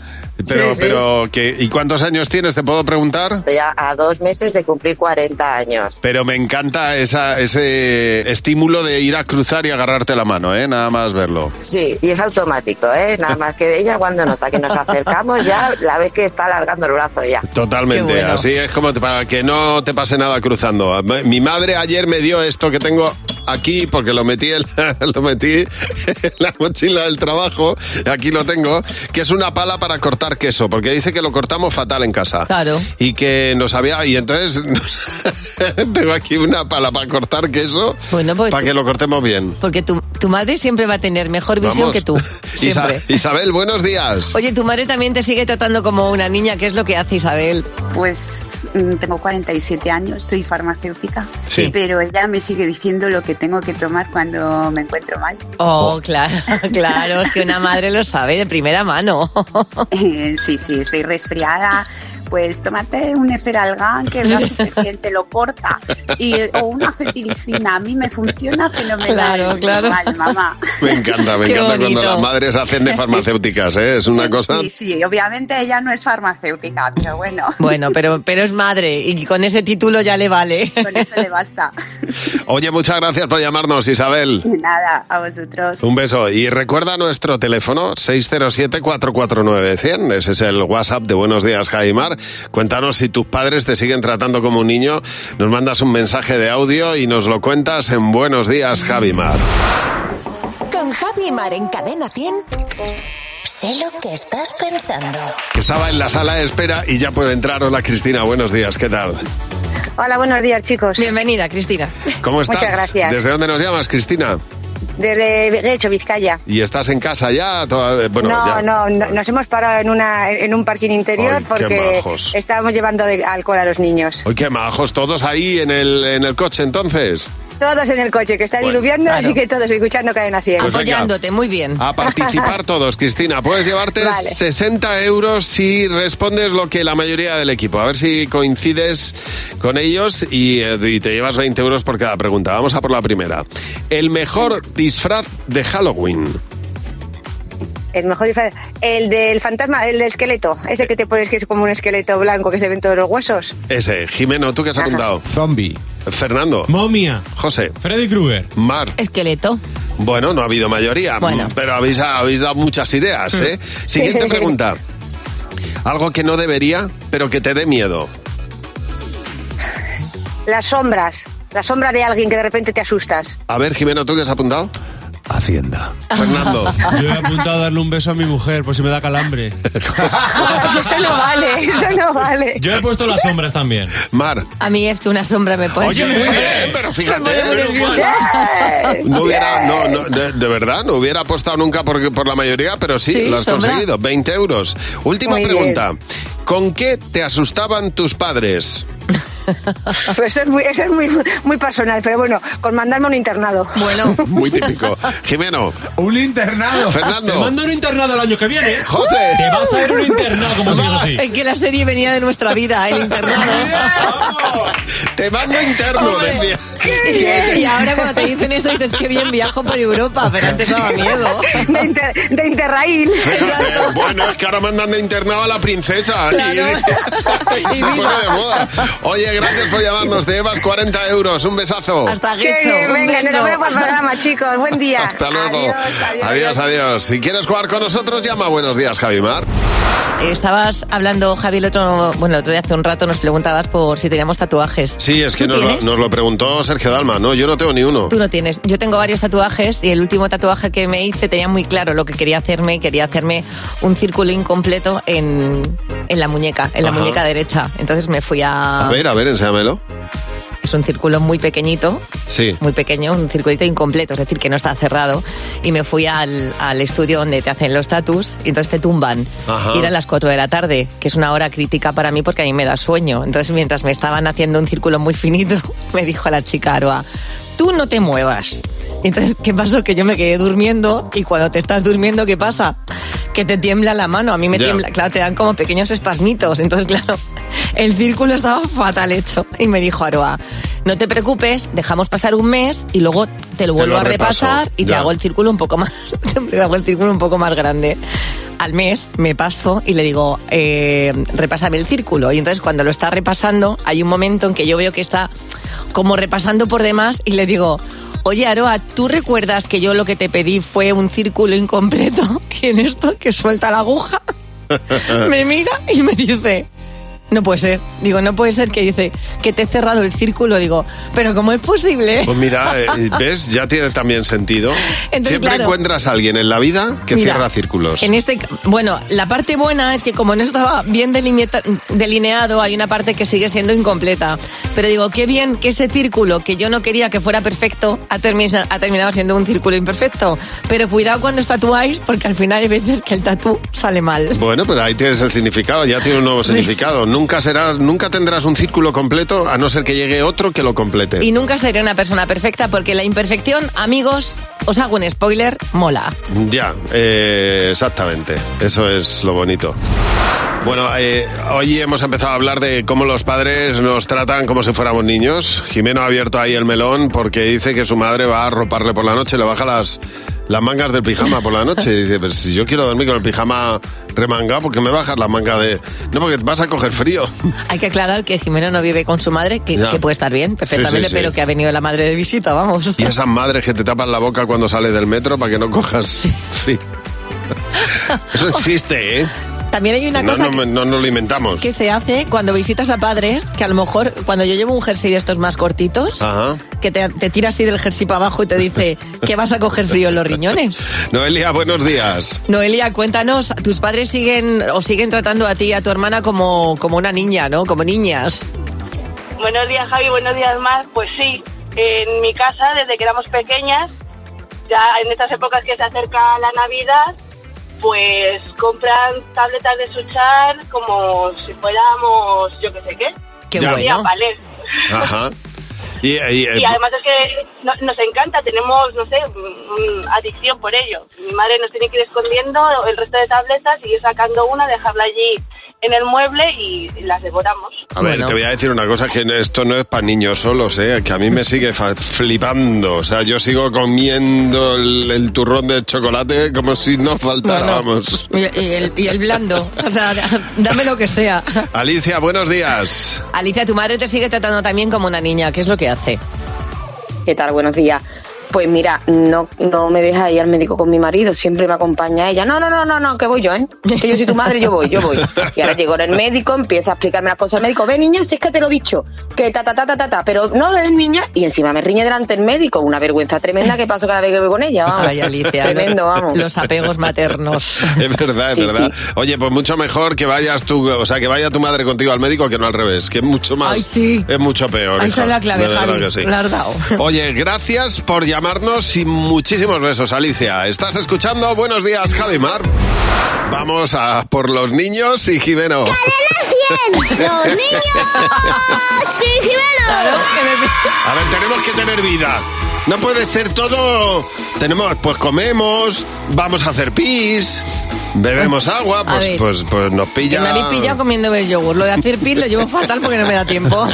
[SPEAKER 17] Sí,
[SPEAKER 3] Pero,
[SPEAKER 17] sí.
[SPEAKER 3] pero, que, ¿y cuántos años tienes? ¿Te puedo preguntar?
[SPEAKER 17] Ya a dos meses de cumplir 40 años.
[SPEAKER 3] Pero me encanta esa, ese estímulo de ir a cruzar y agarrarte la mano, ¿eh? Nada más verlo.
[SPEAKER 17] Sí, y es automático, ¿eh? Nada más que ella cuando nota que nos acercamos ya la vez que está alargando el brazo ya.
[SPEAKER 3] Totalmente,
[SPEAKER 17] Qué bueno.
[SPEAKER 3] así es como te- para que no te pase nada cruzando. Mi madre ayer me dio esto que tengo aquí porque lo metí en la, lo metí en la mochila del trabajo, aquí lo tengo, que es una pala para cortar queso, porque dice que lo cortamos fatal en casa.
[SPEAKER 4] Claro.
[SPEAKER 3] Y que nos había y entonces tengo aquí una pala para cortar queso
[SPEAKER 4] Bueno, pues-
[SPEAKER 3] para que lo cortemos bien.
[SPEAKER 4] Porque tu, tu madre siempre va a tener mejor visión
[SPEAKER 3] Vamos.
[SPEAKER 4] que tú.
[SPEAKER 3] Isa-
[SPEAKER 4] Siempre.
[SPEAKER 3] Isabel, buenos días.
[SPEAKER 4] Oye, tu madre también te sigue tratando como una niña, ¿qué es lo que hace Isabel?
[SPEAKER 1] Pues mm, tengo 47 años, soy farmacéutica,
[SPEAKER 4] Sí.
[SPEAKER 1] pero ella me sigue diciendo lo que tengo que tomar cuando me encuentro mal.
[SPEAKER 4] Oh, claro, claro, es que una madre lo sabe de primera mano.
[SPEAKER 1] Eh, sí, sí, estoy resfriada. Pues tómate un Eferalgan que va súper bien, te lo corta. Y, o una cetirizina, a mí me funciona fenomenal.
[SPEAKER 4] Claro, claro.
[SPEAKER 1] Normal, mamá.
[SPEAKER 3] Me encanta, me
[SPEAKER 1] Qué
[SPEAKER 3] encanta cuando
[SPEAKER 1] bonito.
[SPEAKER 3] las madres hacen de farmacéuticas, ¿eh? Es una cosa...
[SPEAKER 1] Sí, sí, obviamente ella no es farmacéutica, pero bueno,
[SPEAKER 4] Bueno, pero, pero es madre y con ese título ya le vale.
[SPEAKER 1] con eso le basta.
[SPEAKER 3] Oye, muchas gracias por llamarnos, Isabel.
[SPEAKER 1] Nada, a vosotros.
[SPEAKER 3] Un beso. Y recuerda nuestro teléfono 607-449-100. Ese es el WhatsApp de Buenos Días, Jaimar. Cuéntanos si tus padres te siguen tratando como un niño. Nos mandas un mensaje de audio y nos lo cuentas en Buenos Días, Javimar.
[SPEAKER 6] Con Javi y Mar en Cadena 100. Sé lo que estás pensando.
[SPEAKER 3] Estaba en la sala de espera y ya puede entrar. Hola, Cristina. Buenos días. ¿Qué tal?
[SPEAKER 7] Hola, buenos días, chicos.
[SPEAKER 4] Bienvenida, Cristina.
[SPEAKER 3] ¿Cómo estás?
[SPEAKER 7] Muchas gracias.
[SPEAKER 3] ¿Desde dónde nos llamas, Cristina?
[SPEAKER 7] Desde de hecho, Vizcaya.
[SPEAKER 3] ¿Y estás en casa ya? Toda- Bueno,
[SPEAKER 7] no,
[SPEAKER 3] ya.
[SPEAKER 7] no, no, nos hemos parado en una en un parking interior
[SPEAKER 3] Ay, qué
[SPEAKER 7] porque
[SPEAKER 3] majos.
[SPEAKER 7] estábamos llevando de- alcohol a los niños.
[SPEAKER 3] Uy, qué majos. Todos ahí en el, en el coche, entonces.
[SPEAKER 7] Todos en el coche que está
[SPEAKER 3] Bueno,
[SPEAKER 7] diluviando,
[SPEAKER 3] claro.
[SPEAKER 7] así que todos escuchando Cadena 100.
[SPEAKER 3] Pues venga. Apoyándote,
[SPEAKER 4] muy bien.
[SPEAKER 3] A participar todos, Cristina. Puedes llevarte
[SPEAKER 7] Vale.
[SPEAKER 3] 60 euros si respondes lo que la mayoría del equipo. A ver si coincides con ellos y, eh, y te llevas 20 euros por cada pregunta. Vamos a por la primera. El mejor disfraz de Halloween.
[SPEAKER 7] El mejor disfraz- el del fantasma, el del esqueleto, ese que te pones que es como un esqueleto blanco que se ven todos los huesos.
[SPEAKER 3] Ese. Jimeno, ¿tú qué has apuntado?
[SPEAKER 5] Zombie.
[SPEAKER 3] Fernando.
[SPEAKER 2] Momia.
[SPEAKER 3] José.
[SPEAKER 2] Freddy Krueger.
[SPEAKER 3] Mar.
[SPEAKER 4] Esqueleto.
[SPEAKER 3] Bueno, no ha habido mayoría, mm,
[SPEAKER 4] Bueno.
[SPEAKER 3] pero habéis, habéis dado muchas ideas.
[SPEAKER 4] Mm.
[SPEAKER 3] ¿eh? Siguiente pregunta. Algo que no debería, pero que te dé miedo.
[SPEAKER 7] Las sombras, la sombra de alguien que de repente te asustas.
[SPEAKER 3] A ver, Jimeno, ¿tú qué has apuntado? Hacienda. Fernando.
[SPEAKER 2] Yo he apuntado a darle un beso a mi mujer por si me da calambre.
[SPEAKER 7] eso no vale, eso no vale.
[SPEAKER 2] Yo he puesto las sombras también.
[SPEAKER 3] Mar.
[SPEAKER 4] A mí es que una sombra me pone.
[SPEAKER 2] Oye, muy bien,
[SPEAKER 3] pero
[SPEAKER 4] Me
[SPEAKER 3] fíjate.
[SPEAKER 4] pone muy
[SPEAKER 3] nerviosa.
[SPEAKER 1] Eh,
[SPEAKER 3] No hubiera, no, no, de, de verdad, no hubiera apostado nunca por, por la mayoría, pero sí,
[SPEAKER 4] Sí,
[SPEAKER 3] lo has
[SPEAKER 4] sombra.
[SPEAKER 3] conseguido. 20 euros. Última
[SPEAKER 7] Muy
[SPEAKER 3] pregunta. ¿Con qué te asustaban tus padres?
[SPEAKER 7] Pero eso es, muy, eso es muy, muy personal, pero bueno, con mandarme a un internado.
[SPEAKER 4] Bueno.
[SPEAKER 3] Muy típico. Jimeno.
[SPEAKER 5] Un internado.
[SPEAKER 3] Fernando.
[SPEAKER 2] Te mando a un internado el año que viene.
[SPEAKER 3] José.
[SPEAKER 2] Te vas a ir a un internado, como sigas así.
[SPEAKER 4] Es que la serie venía de nuestra vida, el internado.
[SPEAKER 3] Te mando interno,
[SPEAKER 4] Hombre.
[SPEAKER 3] decía.
[SPEAKER 4] Y- Y ahora cuando te dicen esto dices que bien viajo por Europa, pero antes daba miedo.
[SPEAKER 7] De, inter- de Interrail.
[SPEAKER 3] Pero, pero, bueno, es que ahora mandan de internado a la princesa. y-
[SPEAKER 7] Claro.
[SPEAKER 3] y se
[SPEAKER 7] Y viva.
[SPEAKER 3] pone de moda. Oye, gracias por llamarnos. Te llevas 40 euros. Un besazo.
[SPEAKER 7] Qué bien, Venga, enhorabuena por el programa, chicos. Buen día.
[SPEAKER 3] Hasta luego.
[SPEAKER 7] Adiós, adiós.
[SPEAKER 3] adiós, adiós. Si quieres jugar con nosotros, llama. Buenos días, Javimar.
[SPEAKER 4] Estabas hablando, Javi, el otro, bueno, el otro día hace un rato nos preguntabas por si teníamos tatuajes.
[SPEAKER 3] Sí, es que
[SPEAKER 4] ¿Tú
[SPEAKER 3] nos lo,
[SPEAKER 4] tienes?
[SPEAKER 3] nos lo preguntó Sergio Dalma. No, yo no tengo ni uno.
[SPEAKER 4] Tú no tienes. Yo tengo varios tatuajes y el último tatuaje que me hice tenía muy claro lo que quería hacerme. y Quería hacerme un círculo incompleto en, en la muñeca, en la
[SPEAKER 3] Ajá.
[SPEAKER 4] muñeca derecha. Entonces me fui a...
[SPEAKER 3] A ver, a ver, enséñamelo.
[SPEAKER 4] Es un círculo muy pequeñito,
[SPEAKER 3] Sí.
[SPEAKER 4] muy pequeño, un circulito incompleto, es decir, que no está cerrado. Y me fui al, al estudio donde te hacen los tatus y entonces te tumban.
[SPEAKER 24] Ajá.
[SPEAKER 4] Y eran las 4 de la tarde, que es una hora crítica para mí porque a mí me da sueño. Entonces, mientras me estaban haciendo un círculo muy finito, me dijo la chica Aroa, tú no te muevas. Y Entonces, ¿qué pasó? Que yo me quedé durmiendo y cuando te estás durmiendo, ¿qué pasa? Que te tiembla la mano, a mí me
[SPEAKER 24] Ya.
[SPEAKER 4] tiembla, claro, te dan como pequeños espasmitos. Entonces, claro, el círculo estaba fatal hecho. Y me dijo Aroa, no te preocupes, dejamos pasar un mes y luego te
[SPEAKER 24] Te
[SPEAKER 4] lo vuelvo
[SPEAKER 24] lo
[SPEAKER 4] a repasar
[SPEAKER 24] repaso,
[SPEAKER 4] y te
[SPEAKER 24] ya.
[SPEAKER 4] hago el círculo un poco más, te hago el círculo un poco más grande. Al mes me paso y le digo, eh, repásame el círculo. Y entonces cuando lo está repasando, hay un momento en que yo veo que está como repasando por demás y le digo, oye Aroa, ¿tú recuerdas que yo lo que te pedí fue un círculo incompleto? Y en esto que suelta la aguja
[SPEAKER 25] Ah.
[SPEAKER 4] me mira y me dice, no puede ser. Digo, no puede ser que dice que te he cerrado el círculo. Digo, pero ¿cómo es posible?
[SPEAKER 3] Pues mira, eh, ¿ves? Ya tiene también sentido.
[SPEAKER 4] Entonces,
[SPEAKER 3] Siempre
[SPEAKER 4] claro.
[SPEAKER 3] encuentras a alguien en la vida que
[SPEAKER 4] Mira,
[SPEAKER 3] cierra círculos.
[SPEAKER 4] En este, bueno, la parte buena es que como no estaba bien delimita- delineado, hay una parte que sigue siendo incompleta. Pero digo, qué bien que ese círculo que yo no quería que fuera perfecto ha, termina- ha terminado siendo un círculo imperfecto. Pero cuidado cuando os tatuáis, porque al final hay veces que el tatú sale mal.
[SPEAKER 3] pues Bueno, pero ahí tienes el significado, ya tiene un nuevo significado. Nunca nunca serás, nunca tendrás un círculo completo a no ser que llegue otro que lo complete.
[SPEAKER 4] Y nunca seré una persona perfecta porque la imperfección, amigos, os hago un spoiler, mola.
[SPEAKER 3] Ya, eh, exactamente. Eso es lo bonito. Bueno, eh, hoy hemos empezado a hablar de cómo los padres nos tratan como si fuéramos niños. Jimeno ha abierto ahí el melón porque dice que su madre va a roparle por la noche, le baja las, las mangas del pijama por la noche. Y dice, pero si yo quiero dormir con el pijama remangado, ¿por qué me bajas las mangas de...? No, porque vas a coger frío.
[SPEAKER 4] Hay que aclarar que Jimeno no vive con su madre, que,
[SPEAKER 3] Ya.
[SPEAKER 4] que puede estar bien perfectamente,
[SPEAKER 3] Sí, sí, sí.
[SPEAKER 4] pero que ha venido la madre de visita, vamos.
[SPEAKER 3] Y esas madres que te tapan la boca cuando sales del metro para que no cojas frío. Eso existe, ¿eh?
[SPEAKER 4] También hay una
[SPEAKER 3] no,
[SPEAKER 4] cosa
[SPEAKER 3] no,
[SPEAKER 4] que-
[SPEAKER 3] no nos lo inventamos.
[SPEAKER 4] que se hace cuando visitas a padres, que a lo mejor cuando yo llevo un jersey de estos más cortitos,
[SPEAKER 3] Ajá.
[SPEAKER 4] que te, te tira así del jersey para abajo y te dice que vas a coger frío en los riñones.
[SPEAKER 3] Noelia, buenos días.
[SPEAKER 4] Noelia, cuéntanos, tus padres siguen o siguen tratando a ti y a tu hermana como, como una niña, ¿no? Como niñas.
[SPEAKER 13] Buenos días, Javi. Buenos días, Mar. Pues sí, en mi casa, desde que éramos pequeñas, ya en estas épocas que se acerca la Navidad, pues compran tabletas de suchar como si fuéramos, yo qué sé qué.
[SPEAKER 3] Qué Ya. bueno.
[SPEAKER 13] Y a paler.
[SPEAKER 3] Ajá. Y, eh, y-
[SPEAKER 13] Y además es que no- nos encanta, tenemos, no sé, mm, adicción por ello. Mi madre nos tiene que ir escondiendo el resto de tabletas y ir sacando una, dejarla allí en el mueble y las devoramos.
[SPEAKER 3] A ver, te voy a decir una cosa, que esto no es para niños solos, ¿eh? que a mí me sigue fa- flipando. O sea, yo sigo comiendo el, el turrón de chocolate como si no faltáramos.
[SPEAKER 4] Y, y el, y el blando. O sea, dame lo que sea.
[SPEAKER 3] Alicia, buenos días.
[SPEAKER 4] Alicia, tu madre te sigue tratando también como una niña. ¿Qué es lo que hace?
[SPEAKER 21] ¿Qué tal? Buenos días. Pues mira, no, no me deja ir al médico con mi marido, siempre me acompaña ella. No, no, no, no, no, que voy yo, ¿eh? Que yo soy tu madre, yo voy, yo voy. Y ahora llego en el médico, empieza a explicarme las cosas. El médico, ve niña, si es que te lo he dicho, que ta, ta, ta, ta, ta, ta, pero no ves niña. Y encima me riñe delante del médico, una vergüenza tremenda que paso cada vez que voy con ella, vamos.
[SPEAKER 4] Ay, Alicia,
[SPEAKER 21] Tremendo, vamos.
[SPEAKER 4] los apegos maternos.
[SPEAKER 3] Es verdad, es
[SPEAKER 21] Sí,
[SPEAKER 3] verdad. Oye, pues mucho mejor que vayas tú, o sea, que vaya tu madre contigo al médico que no al revés, que es mucho más.
[SPEAKER 4] Ay, sí.
[SPEAKER 3] Es mucho peor.
[SPEAKER 4] Ahí
[SPEAKER 3] hija.
[SPEAKER 4] está la clave,
[SPEAKER 3] De verdad
[SPEAKER 4] Javi.
[SPEAKER 3] que sí.
[SPEAKER 4] La has dado.
[SPEAKER 3] Oye, gracias por llamarnos y muchísimos besos, Alicia. ¿Estás escuchando? Buenos días, Javi Mar. Vamos a por los niños y Jimeno.
[SPEAKER 12] ¡Los niños! Ah, ¡Sí, Jimeno!
[SPEAKER 3] A ver, tenemos que tener vida. No puede ser todo. Tenemos, pues comemos, vamos a hacer pis, bebemos agua,
[SPEAKER 4] Ah, A
[SPEAKER 3] pues,
[SPEAKER 4] ver.
[SPEAKER 3] pues, pues nos pilla.
[SPEAKER 4] Me habéis pillado comiendo el yogur. Lo de hacer pis lo llevo fatal porque no me da tiempo.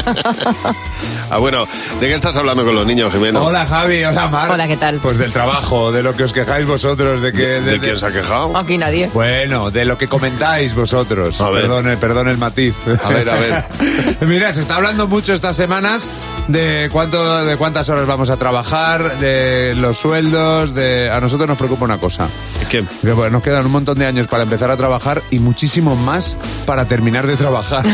[SPEAKER 3] Ah, bueno, ¿de qué estás hablando con los niños, Jimeno?
[SPEAKER 25] Hola Javi, hola Mar.
[SPEAKER 4] Hola, ¿qué tal?
[SPEAKER 25] Pues del trabajo, de lo que os quejáis vosotros, de que... ¿De, Ah,
[SPEAKER 3] quién se ha quejado?
[SPEAKER 4] Aquí nadie.
[SPEAKER 25] Bueno, de lo que comentáis vosotros.
[SPEAKER 3] ver.
[SPEAKER 25] Perdón, eh, perdón el matiz.
[SPEAKER 3] A ver, a ver.
[SPEAKER 25] Mira, se está hablando mucho estas semanas de cuánto, de cuántas horas vamos a trabajar, de los sueldos, de. A nosotros nos preocupa una cosa.
[SPEAKER 3] ¿Qué?
[SPEAKER 25] Que bueno, nos quedan un montón de años para empezar a trabajar y muchísimo más para terminar de trabajar.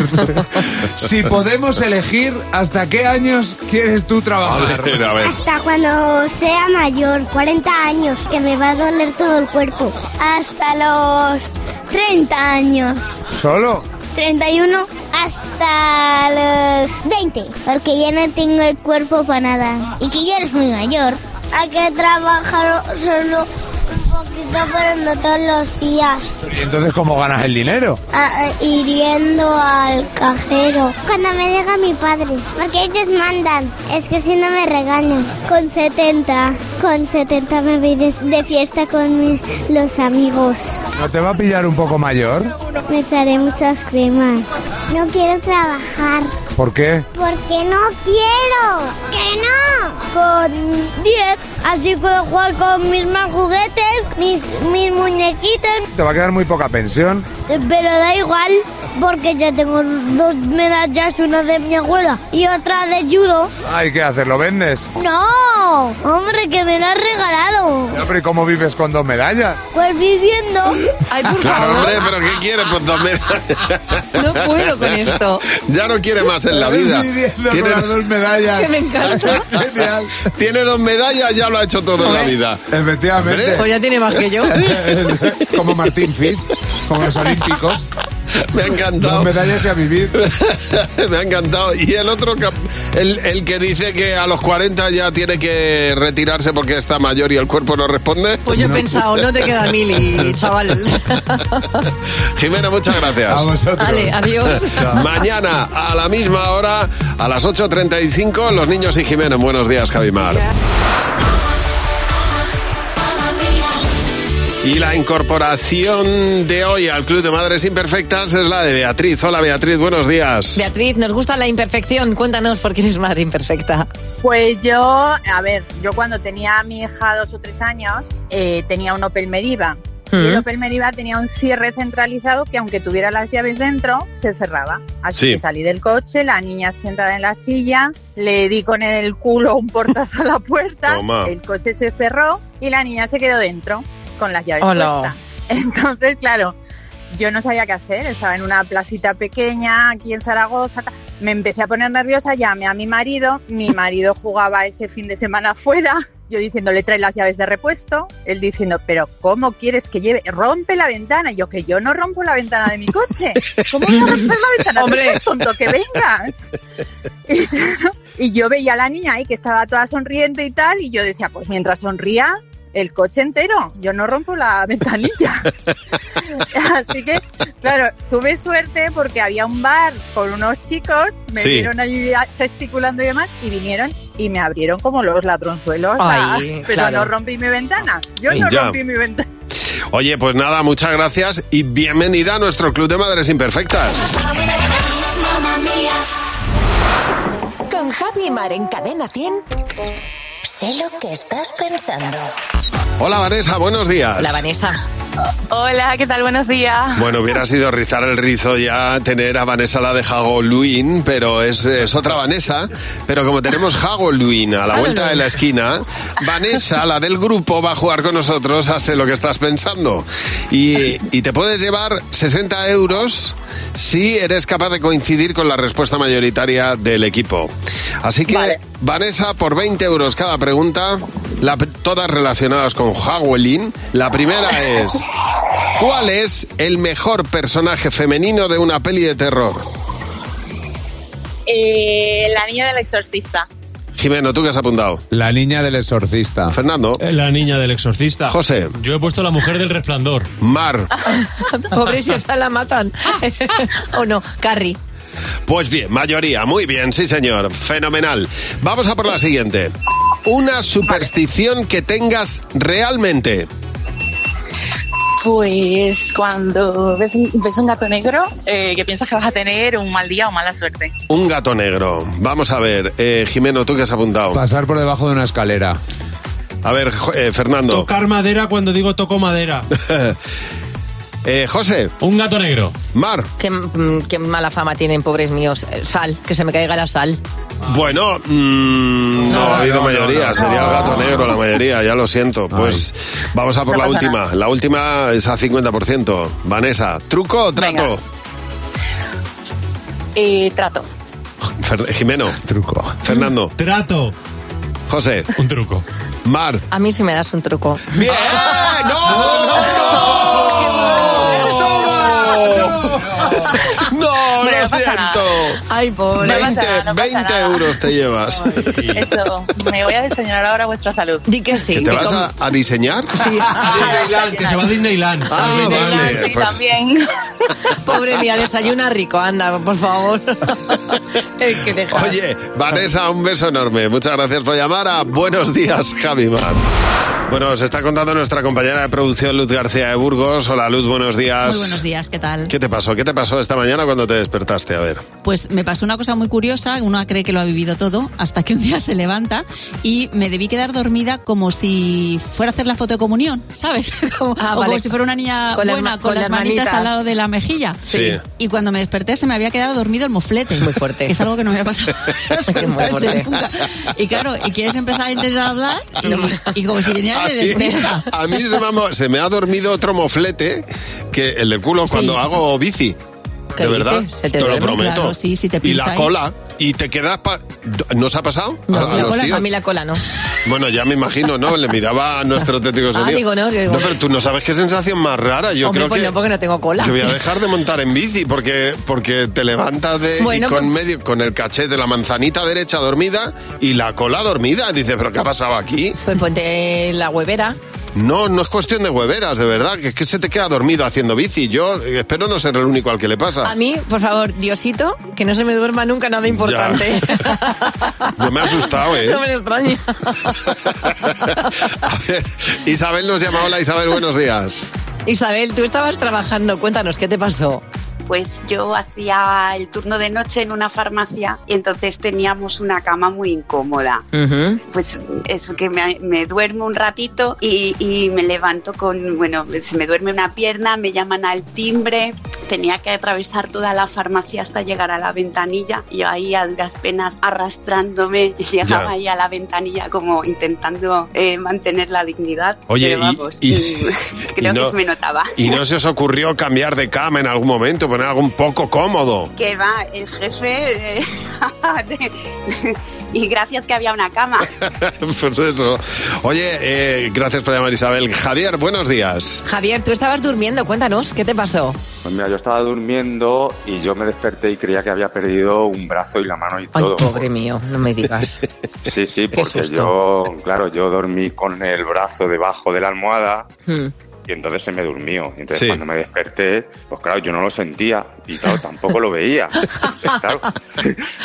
[SPEAKER 25] si podemos elegir hasta qué años quieres tú trabajar.
[SPEAKER 3] A ver, a ver.
[SPEAKER 12] Hasta cuando sea mayor, 40 años, que me va a doler todo el cuerpo. Hasta los 30 años.
[SPEAKER 25] ¿Solo?
[SPEAKER 12] 31 hasta los 20, porque ya no tengo el cuerpo para nada. Y que ya eres muy mayor. Hay que trabajar solo un poquito, pero no todos los días.
[SPEAKER 25] ¿Y entonces cómo ganas el dinero?
[SPEAKER 12] Ah, eh, hiriendo al cajero. Cuando me deja mi padre. Porque ellos mandan. Es que si no me regañan. Con 70. Con 70 me voy de, de fiesta con mi- los amigos.
[SPEAKER 25] ¿No te va a pillar un poco mayor?
[SPEAKER 12] Me echaré muchas cremas. No quiero trabajar.
[SPEAKER 25] ¿Por qué?
[SPEAKER 12] Porque no quiero. ¡Que no! Con 10. Así puedo jugar con mis más juguetes, mis, mis muñequitos.
[SPEAKER 25] ¿Te va a quedar muy poca pensión?
[SPEAKER 12] Pero da igual, porque ya tengo dos medallas, una de mi abuela y otra de judo.
[SPEAKER 25] Ay, ¿qué haces? ¿Lo vendes?
[SPEAKER 12] ¡No! ¡Hombre, que me la has regalado!
[SPEAKER 25] Ya, pero ¿y cómo vives con dos medallas?
[SPEAKER 12] Pues viviendo...
[SPEAKER 4] ¡Ay,
[SPEAKER 3] Claro, hombre, pero ¿qué quiere? Pues dos
[SPEAKER 12] No
[SPEAKER 4] puedo con esto.
[SPEAKER 3] Ya no quiere más en la vida.
[SPEAKER 25] Estoy viviendo
[SPEAKER 3] Tiene-
[SPEAKER 25] con las dos medallas.
[SPEAKER 4] Que me encanta.
[SPEAKER 25] Genial.
[SPEAKER 3] Tiene dos medallas, ya lo ha hecho todo en la vida. Pues
[SPEAKER 25] Efectivamente.
[SPEAKER 4] Pues ya tiene más que yo.
[SPEAKER 25] como Martín Fitz, como los olímpicos.
[SPEAKER 3] Me ha encantado.
[SPEAKER 5] medallas y a vivir.
[SPEAKER 3] Me ha encantado. Y el otro, cap- el, el que dice que a los 40 ya tiene que retirarse porque está mayor y el cuerpo no responde.
[SPEAKER 4] Pues yo he pensado, no te queda mili, chaval.
[SPEAKER 3] Jimena, muchas gracias.
[SPEAKER 5] A vosotros.
[SPEAKER 4] Vale, adiós.
[SPEAKER 3] Mañana a la misma hora, a las 8.35, los niños y Jimena. Buenos días, Javimar. Y la incorporación de hoy al Club de Madres Imperfectas es la de Beatriz. Hola Beatriz, buenos días.
[SPEAKER 4] Beatriz, nos gusta la imperfección. Cuéntanos por qué eres madre imperfecta.
[SPEAKER 13] Pues yo, a ver, yo cuando tenía a mi hija dos o tres años, eh, tenía un Opel Meriva. Y el
[SPEAKER 4] Mm.
[SPEAKER 13] Opel Meriva tenía un cierre centralizado que aunque tuviera las llaves dentro, se cerraba. Así
[SPEAKER 14] Sí.
[SPEAKER 13] que salí del coche, la niña sentada en la silla, le di con el culo un portazo a la puerta,
[SPEAKER 14] Toma.
[SPEAKER 13] el coche se cerró y la niña se quedó dentro con las llaves
[SPEAKER 14] Hola.
[SPEAKER 13] puestas. Entonces, claro, yo no sabía qué hacer, estaba en una placita pequeña aquí en Zaragoza. ta- Me empecé a poner nerviosa, llamé a mi marido, mi marido jugaba ese fin de semana afuera, yo diciéndole trae las llaves de repuesto, él diciendo, pero ¿cómo quieres que lleve? Rompe la ventana, Y yo que yo no rompo la ventana de mi coche, ¿cómo voy a romper la ventana? Tú
[SPEAKER 15] Hombre.
[SPEAKER 13] eres tonto, que vengas. Y, y yo veía a la niña ahí que estaba toda sonriente y tal, y yo decía, pues mientras sonría, el coche entero, yo no rompo la ventanilla. Así que, claro, tuve suerte porque había un bar con unos chicos, me
[SPEAKER 14] Sí.
[SPEAKER 13] vieron ahí gesticulando y demás, y vinieron y me abrieron como los ladronzuelos.
[SPEAKER 14] Ay,
[SPEAKER 13] ah, pero
[SPEAKER 14] claro.
[SPEAKER 13] no rompí mi ventana. Yo no
[SPEAKER 3] Ya.
[SPEAKER 13] rompí mi ventana.
[SPEAKER 3] Oye, pues nada, muchas gracias y bienvenida a nuestro Club de Madres Imperfectas.
[SPEAKER 6] Mamma mía. Con Javi y Mar en Cadena 100. Sé lo que estás pensando.
[SPEAKER 3] Hola Vanessa, buenos días.
[SPEAKER 4] Vanessa.
[SPEAKER 14] Hola, ¿qué tal? Buenos días.
[SPEAKER 3] Bueno, hubiera sido rizar el rizo ya tener a Vanessa la de Hagoluin, pero es, es otra Vanessa. Pero como tenemos Hagoluin a la vuelta de la esquina, Vanessa, la del grupo, va a jugar con nosotros, hace lo que estás pensando. Y, y te puedes llevar 60 euros si eres capaz de coincidir con la respuesta mayoritaria del equipo. Así que, Vanessa, por 20 euros cada pregunta, la pr- todas relacionadas con Hagoluin, la primera es... ¿Cuál es el mejor personaje femenino de una peli de terror?
[SPEAKER 14] Eh, la niña del exorcista.
[SPEAKER 3] Jimeno, ¿tú qué has apuntado?
[SPEAKER 5] La niña del exorcista.
[SPEAKER 3] Fernando.
[SPEAKER 2] Eh, La niña del exorcista.
[SPEAKER 3] José.
[SPEAKER 2] Yo he puesto la mujer del resplandor.
[SPEAKER 3] Mar.
[SPEAKER 4] Pobre si hasta la matan. o no, Carrie.
[SPEAKER 3] Pues bien, mayoría, muy bien, sí señor, fenomenal. Vamos a por la siguiente. Una superstición que tengas realmente.
[SPEAKER 14] Pues cuando ves un, ves un gato negro, eh, que piensas que vas a tener un mal día o mala suerte.
[SPEAKER 3] Un gato negro. Vamos a ver, eh, Jimeno, ¿tú qué has apuntado?
[SPEAKER 5] Pasar por debajo de una escalera.
[SPEAKER 3] A ver, jo- eh, Fernando.
[SPEAKER 2] Tocar madera cuando digo toco madera.
[SPEAKER 3] Eh, José.
[SPEAKER 2] Un gato negro.
[SPEAKER 3] Mar.
[SPEAKER 4] Qué, mm, qué mala fama tienen, pobres míos. Eh, Sal, que se me caiga la sal.
[SPEAKER 3] Bueno, mm, no,
[SPEAKER 4] No,
[SPEAKER 3] ha habido
[SPEAKER 4] no, no,
[SPEAKER 3] mayoría,
[SPEAKER 4] no, no.
[SPEAKER 3] sería el gato negro la mayoría, ya lo siento. Pues vamos a por
[SPEAKER 14] No
[SPEAKER 3] la
[SPEAKER 14] pasa
[SPEAKER 3] última.
[SPEAKER 14] nada.
[SPEAKER 3] La última es a 50%. Vanessa, ¿truco o trato?
[SPEAKER 14] Eh, trato.
[SPEAKER 3] Fer- Jimeno. Truco. Fernando.
[SPEAKER 2] Trato.
[SPEAKER 3] José.
[SPEAKER 2] Un truco.
[SPEAKER 3] Mar.
[SPEAKER 4] A mí si me das un truco.
[SPEAKER 3] ¡Bien! No,
[SPEAKER 14] Hombre,
[SPEAKER 3] lo
[SPEAKER 14] no pasa
[SPEAKER 3] siento.
[SPEAKER 14] nada.
[SPEAKER 4] Ay, pobre.
[SPEAKER 3] 20,
[SPEAKER 14] No pasa nada, no pasa
[SPEAKER 3] 20
[SPEAKER 14] nada.
[SPEAKER 3] euros te llevas.
[SPEAKER 14] Eso, me voy a diseñar ahora vuestra salud.
[SPEAKER 4] Di que sí.
[SPEAKER 3] ¿Que te vas a, a diseñar?
[SPEAKER 14] Sí.
[SPEAKER 2] Disneyland, que se va a Disneyland.
[SPEAKER 3] Ah,
[SPEAKER 2] A Disneyland.
[SPEAKER 3] vale.
[SPEAKER 14] Sí,
[SPEAKER 3] pues-
[SPEAKER 14] también.
[SPEAKER 4] Pobre mía, desayuna rico, anda, por favor. es que deja.
[SPEAKER 3] Oye, Vanessa, un beso enorme. Muchas gracias por llamar a Buenos Días, Javi Mar. Bueno, os está contando nuestra compañera de producción, Luz García de Burgos. Hola, Luz, buenos días.
[SPEAKER 24] Muy buenos días, ¿qué tal?
[SPEAKER 3] ¿Qué te pasó? ¿Qué te pasó esta mañana cuando te despertaste? A ver.
[SPEAKER 24] Pues me pasó una cosa muy curiosa, uno cree que lo ha vivido todo hasta que un día se levanta y me debí quedar dormida como si fuera a hacer la foto de comunión, ¿sabes? Como,
[SPEAKER 4] Ah,
[SPEAKER 24] o
[SPEAKER 4] vale.
[SPEAKER 24] como si fuera una niña
[SPEAKER 4] Con las
[SPEAKER 24] buena
[SPEAKER 4] ma-
[SPEAKER 24] con,
[SPEAKER 4] con
[SPEAKER 24] las
[SPEAKER 4] las
[SPEAKER 24] manitas,
[SPEAKER 4] manitas.
[SPEAKER 24] al lado de la mejilla.
[SPEAKER 4] Sí.
[SPEAKER 24] Y cuando me desperté se me había quedado dormido el moflete. Muy
[SPEAKER 4] fuerte.
[SPEAKER 24] Es algo que no me había pasado.
[SPEAKER 4] muy fuerte.
[SPEAKER 24] Nunca. Y claro, y quieres empezar a intentar hablar y, y como si vinieras
[SPEAKER 3] A
[SPEAKER 24] de
[SPEAKER 3] mí,
[SPEAKER 24] despierta.
[SPEAKER 3] a mí se, me ha, mo- se me ha dormido otro moflete, que el del culo, cuando hago bici.
[SPEAKER 24] ¿Qué
[SPEAKER 3] de verdad,
[SPEAKER 24] dices? Se te
[SPEAKER 3] te, lo
[SPEAKER 24] duerme.
[SPEAKER 3] prometo.
[SPEAKER 24] Claro, sí, sí, te
[SPEAKER 3] y
[SPEAKER 24] pinza ¿eh?
[SPEAKER 3] la
[SPEAKER 24] ahí.
[SPEAKER 3] cola, y te quedas... Pa ¿No os ha pasado?
[SPEAKER 4] No,
[SPEAKER 3] a, a
[SPEAKER 4] la
[SPEAKER 3] los
[SPEAKER 4] cola-
[SPEAKER 3] tíos?
[SPEAKER 4] a mí la cola no.
[SPEAKER 3] Bueno, ya me imagino, ¿no? Le miraba a nuestro técnico
[SPEAKER 4] Ah,
[SPEAKER 3] sonido.
[SPEAKER 4] digo, no, yo digo-
[SPEAKER 3] pero tú no sabes qué sensación más rara. Yo
[SPEAKER 4] Hombre,
[SPEAKER 3] creo
[SPEAKER 4] pues
[SPEAKER 3] que
[SPEAKER 4] no, porque no tengo cola.
[SPEAKER 3] yo voy a dejar de montar en bici porque, porque te levantas de, y
[SPEAKER 4] Bueno,
[SPEAKER 3] con,
[SPEAKER 4] pues-
[SPEAKER 3] medio, con el cachete, la manzanita derecha dormida y la cola dormida. Dices, ¿pero qué ha pasado aquí?
[SPEAKER 4] Pues ponte la huevera.
[SPEAKER 3] No, no es cuestión de hueveras, de verdad, que es que se te queda dormido haciendo bici. Yo eh, espero no ser el único al que le
[SPEAKER 11] Ah.
[SPEAKER 3] pasa.
[SPEAKER 4] A mí, por favor, Diosito, que no se me duerma nunca nada importante.
[SPEAKER 3] No me ha asustado, ¿eh?
[SPEAKER 4] Ah, No me lo extraña.
[SPEAKER 3] A ver, Isabel nos llama. Hola, Isabel, buenos días.
[SPEAKER 4] Isabel, tú estabas trabajando, cuéntanos, ¿qué te pasó?
[SPEAKER 8] Pues yo hacía el turno de noche en una farmacia y entonces teníamos una cama muy incómoda. Pues eso que me, me duermo un ratito y, y me levanto con, bueno, se me duerme una pierna, me llaman al timbre, tenía que atravesar toda la farmacia hasta llegar a la ventanilla y yo ahí a duras penas arrastrándome llegaba
[SPEAKER 3] Ya.
[SPEAKER 8] ahí a la ventanilla como intentando eh, mantener la dignidad.
[SPEAKER 3] Oye,
[SPEAKER 8] pero
[SPEAKER 3] y-
[SPEAKER 8] vamos,
[SPEAKER 3] y-
[SPEAKER 8] creo
[SPEAKER 3] y
[SPEAKER 8] que
[SPEAKER 3] no-
[SPEAKER 8] se me notaba.
[SPEAKER 3] ¿Y no se os ocurrió cambiar de cama en algún momento, poner algo un poco cómodo?
[SPEAKER 8] que va el jefe eh, de- y gracias que había una cama.
[SPEAKER 3] pues eso. Oye, eh, gracias por llamar, Isabel. Javier, buenos días.
[SPEAKER 4] Javier, tú estabas durmiendo, cuéntanos, ¿qué te pasó?
[SPEAKER 11] Pues mira, yo estaba durmiendo y yo me desperté y creía que había perdido un brazo y la mano y
[SPEAKER 4] Ay,
[SPEAKER 11] todo.
[SPEAKER 4] pobre mío, no me digas.
[SPEAKER 11] Sí, sí, porque
[SPEAKER 4] susto.
[SPEAKER 11] yo, claro, yo dormí con el brazo debajo de la almohada
[SPEAKER 4] Hmm.
[SPEAKER 11] y entonces se me durmió. Y Entonces
[SPEAKER 4] Sí.
[SPEAKER 11] cuando me desperté, pues claro, yo no lo sentía y claro, tampoco lo veía. Entonces, claro,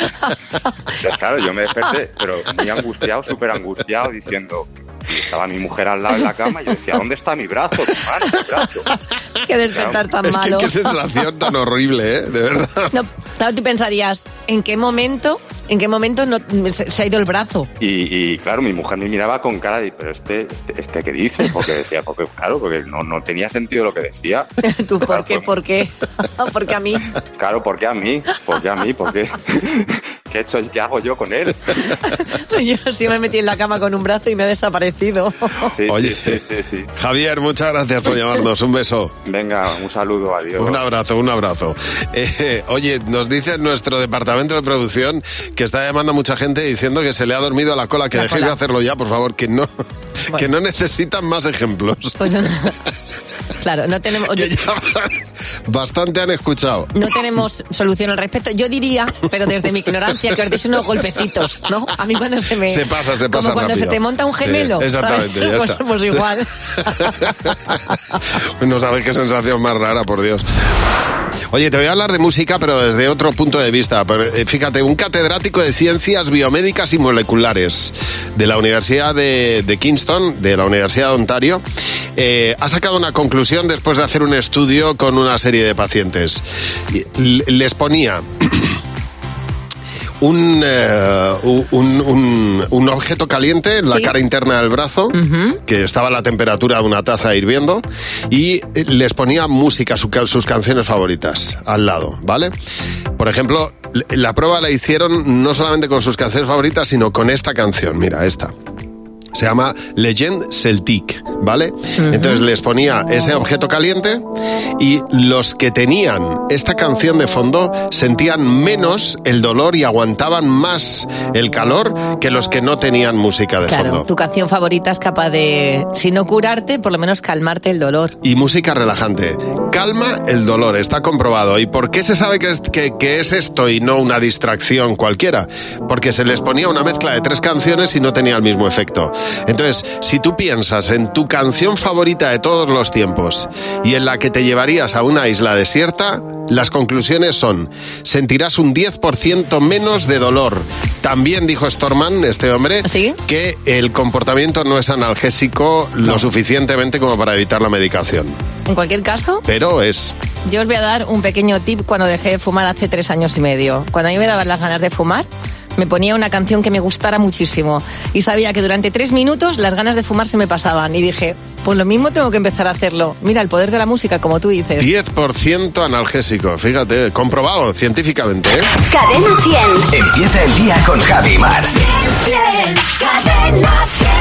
[SPEAKER 11] Entonces, claro, yo me desperté, pero muy angustiado, súper angustiado, diciendo... y Estaba mi mujer al lado en la cama y yo decía, ¿dónde está mi brazo? Mi mano, mi brazo.
[SPEAKER 4] Qué despertar tan
[SPEAKER 11] Es que-
[SPEAKER 4] malo.
[SPEAKER 11] qué
[SPEAKER 3] sensación tan horrible, ¿eh? De verdad.
[SPEAKER 4] No, claro, tú pensarías, ¿en qué momento, en qué momento no, se, se ha ido el brazo?
[SPEAKER 11] Y, y, claro, mi mujer me miraba con cara de, pero este, este, este que dice, porque decía, porque claro, porque no, no tenía sentido lo que decía.
[SPEAKER 4] ¿Tú por qué, por qué? Porque a mí...
[SPEAKER 11] Claro, ¿por qué a mí? ¿Por qué a mí? ¿Por qué? ¿Qué, he hecho, ¿Qué hago yo con él?
[SPEAKER 4] Yo sí me metí en la cama con un brazo y me ha desaparecido.
[SPEAKER 3] Oye, Javier, muchas gracias por llamarnos. Un beso.
[SPEAKER 11] Venga, un saludo, adiós.
[SPEAKER 3] Un abrazo, un abrazo. Eh, oye, nos dice nuestro departamento de producción que está llamando a mucha gente diciendo que se le ha dormido la cola, que
[SPEAKER 4] La
[SPEAKER 3] dejéis
[SPEAKER 4] cola.
[SPEAKER 3] de hacerlo ya, por favor, que no, que no necesitan más ejemplos.
[SPEAKER 4] Pues no- claro, no tenemos,
[SPEAKER 3] Que ya bastante han escuchado.
[SPEAKER 4] no tenemos solución al respecto. Yo diría, pero desde mi ignorancia, que os deis unos golpecitos, ¿no? A mí cuando se me...
[SPEAKER 3] Se pasa, se pasa
[SPEAKER 4] Como cuando
[SPEAKER 3] rápido.
[SPEAKER 4] se te monta un
[SPEAKER 3] Sí,
[SPEAKER 4] gemelo. ¿sabes?
[SPEAKER 3] exactamente, ya
[SPEAKER 4] Pues-
[SPEAKER 3] está.
[SPEAKER 4] pues igual.
[SPEAKER 3] No sabéis qué sensación más rara, por Dios. Oye, te voy a hablar de música, pero desde otro punto de vista. Pero, eh, Fíjate, un catedrático de ciencias biomédicas y moleculares de la Universidad de, de Kingston, de la Universidad de Ontario, eh, ha sacado una conclusión después de hacer un estudio con una serie de pacientes. Y l- Les ponía un, eh, un, un- un objeto caliente en la cara interna del brazo, que estaba a la temperatura de una taza hirviendo, y eh, les ponía música, su ca- sus canciones favoritas al lado, ¿vale? Por ejemplo, l- la prueba la hicieron no solamente con sus canciones favoritas, sino con esta canción, mira, esta. Se llama Legend Celtic, ¿vale? Entonces les ponía ese objeto caliente y los que tenían esta canción de fondo sentían menos el dolor y aguantaban más el calor que los que no tenían música de
[SPEAKER 4] Claro,
[SPEAKER 3] fondo.
[SPEAKER 4] tu canción favorita es capaz de, si no curarte, por lo menos calmarte el dolor.
[SPEAKER 3] Y música relajante. Calma el dolor, está comprobado. ¿Y por qué se sabe que es, que- que es esto y no una distracción cualquiera? Porque se les ponía una mezcla de tres canciones y no tenía el mismo efecto. Entonces, si tú piensas en tu canción favorita de todos los tiempos y en la que te llevarías a una isla desierta, las conclusiones son, sentirás un 10% menos de dolor. También dijo Storman, este hombre, que el comportamiento no es analgésico lo suficientemente como para evitar la medicación.
[SPEAKER 4] En cualquier caso,
[SPEAKER 3] Pero es...
[SPEAKER 4] yo os voy a dar un pequeño tip cuando dejé de fumar hace tres años y medio. Cuando a mí me daban las ganas de fumar, me ponía una canción que me gustara muchísimo y sabía que durante tres minutos las ganas de fumar se me pasaban y dije, pues lo mismo tengo que empezar a hacerlo. Mira, el poder de la música, como tú dices.
[SPEAKER 3] 10% analgésico, fíjate, comprobado científicamente. ¿eh?
[SPEAKER 6] Cadena 100.
[SPEAKER 3] Empieza el día con Javi Mar.
[SPEAKER 6] Cadena 100.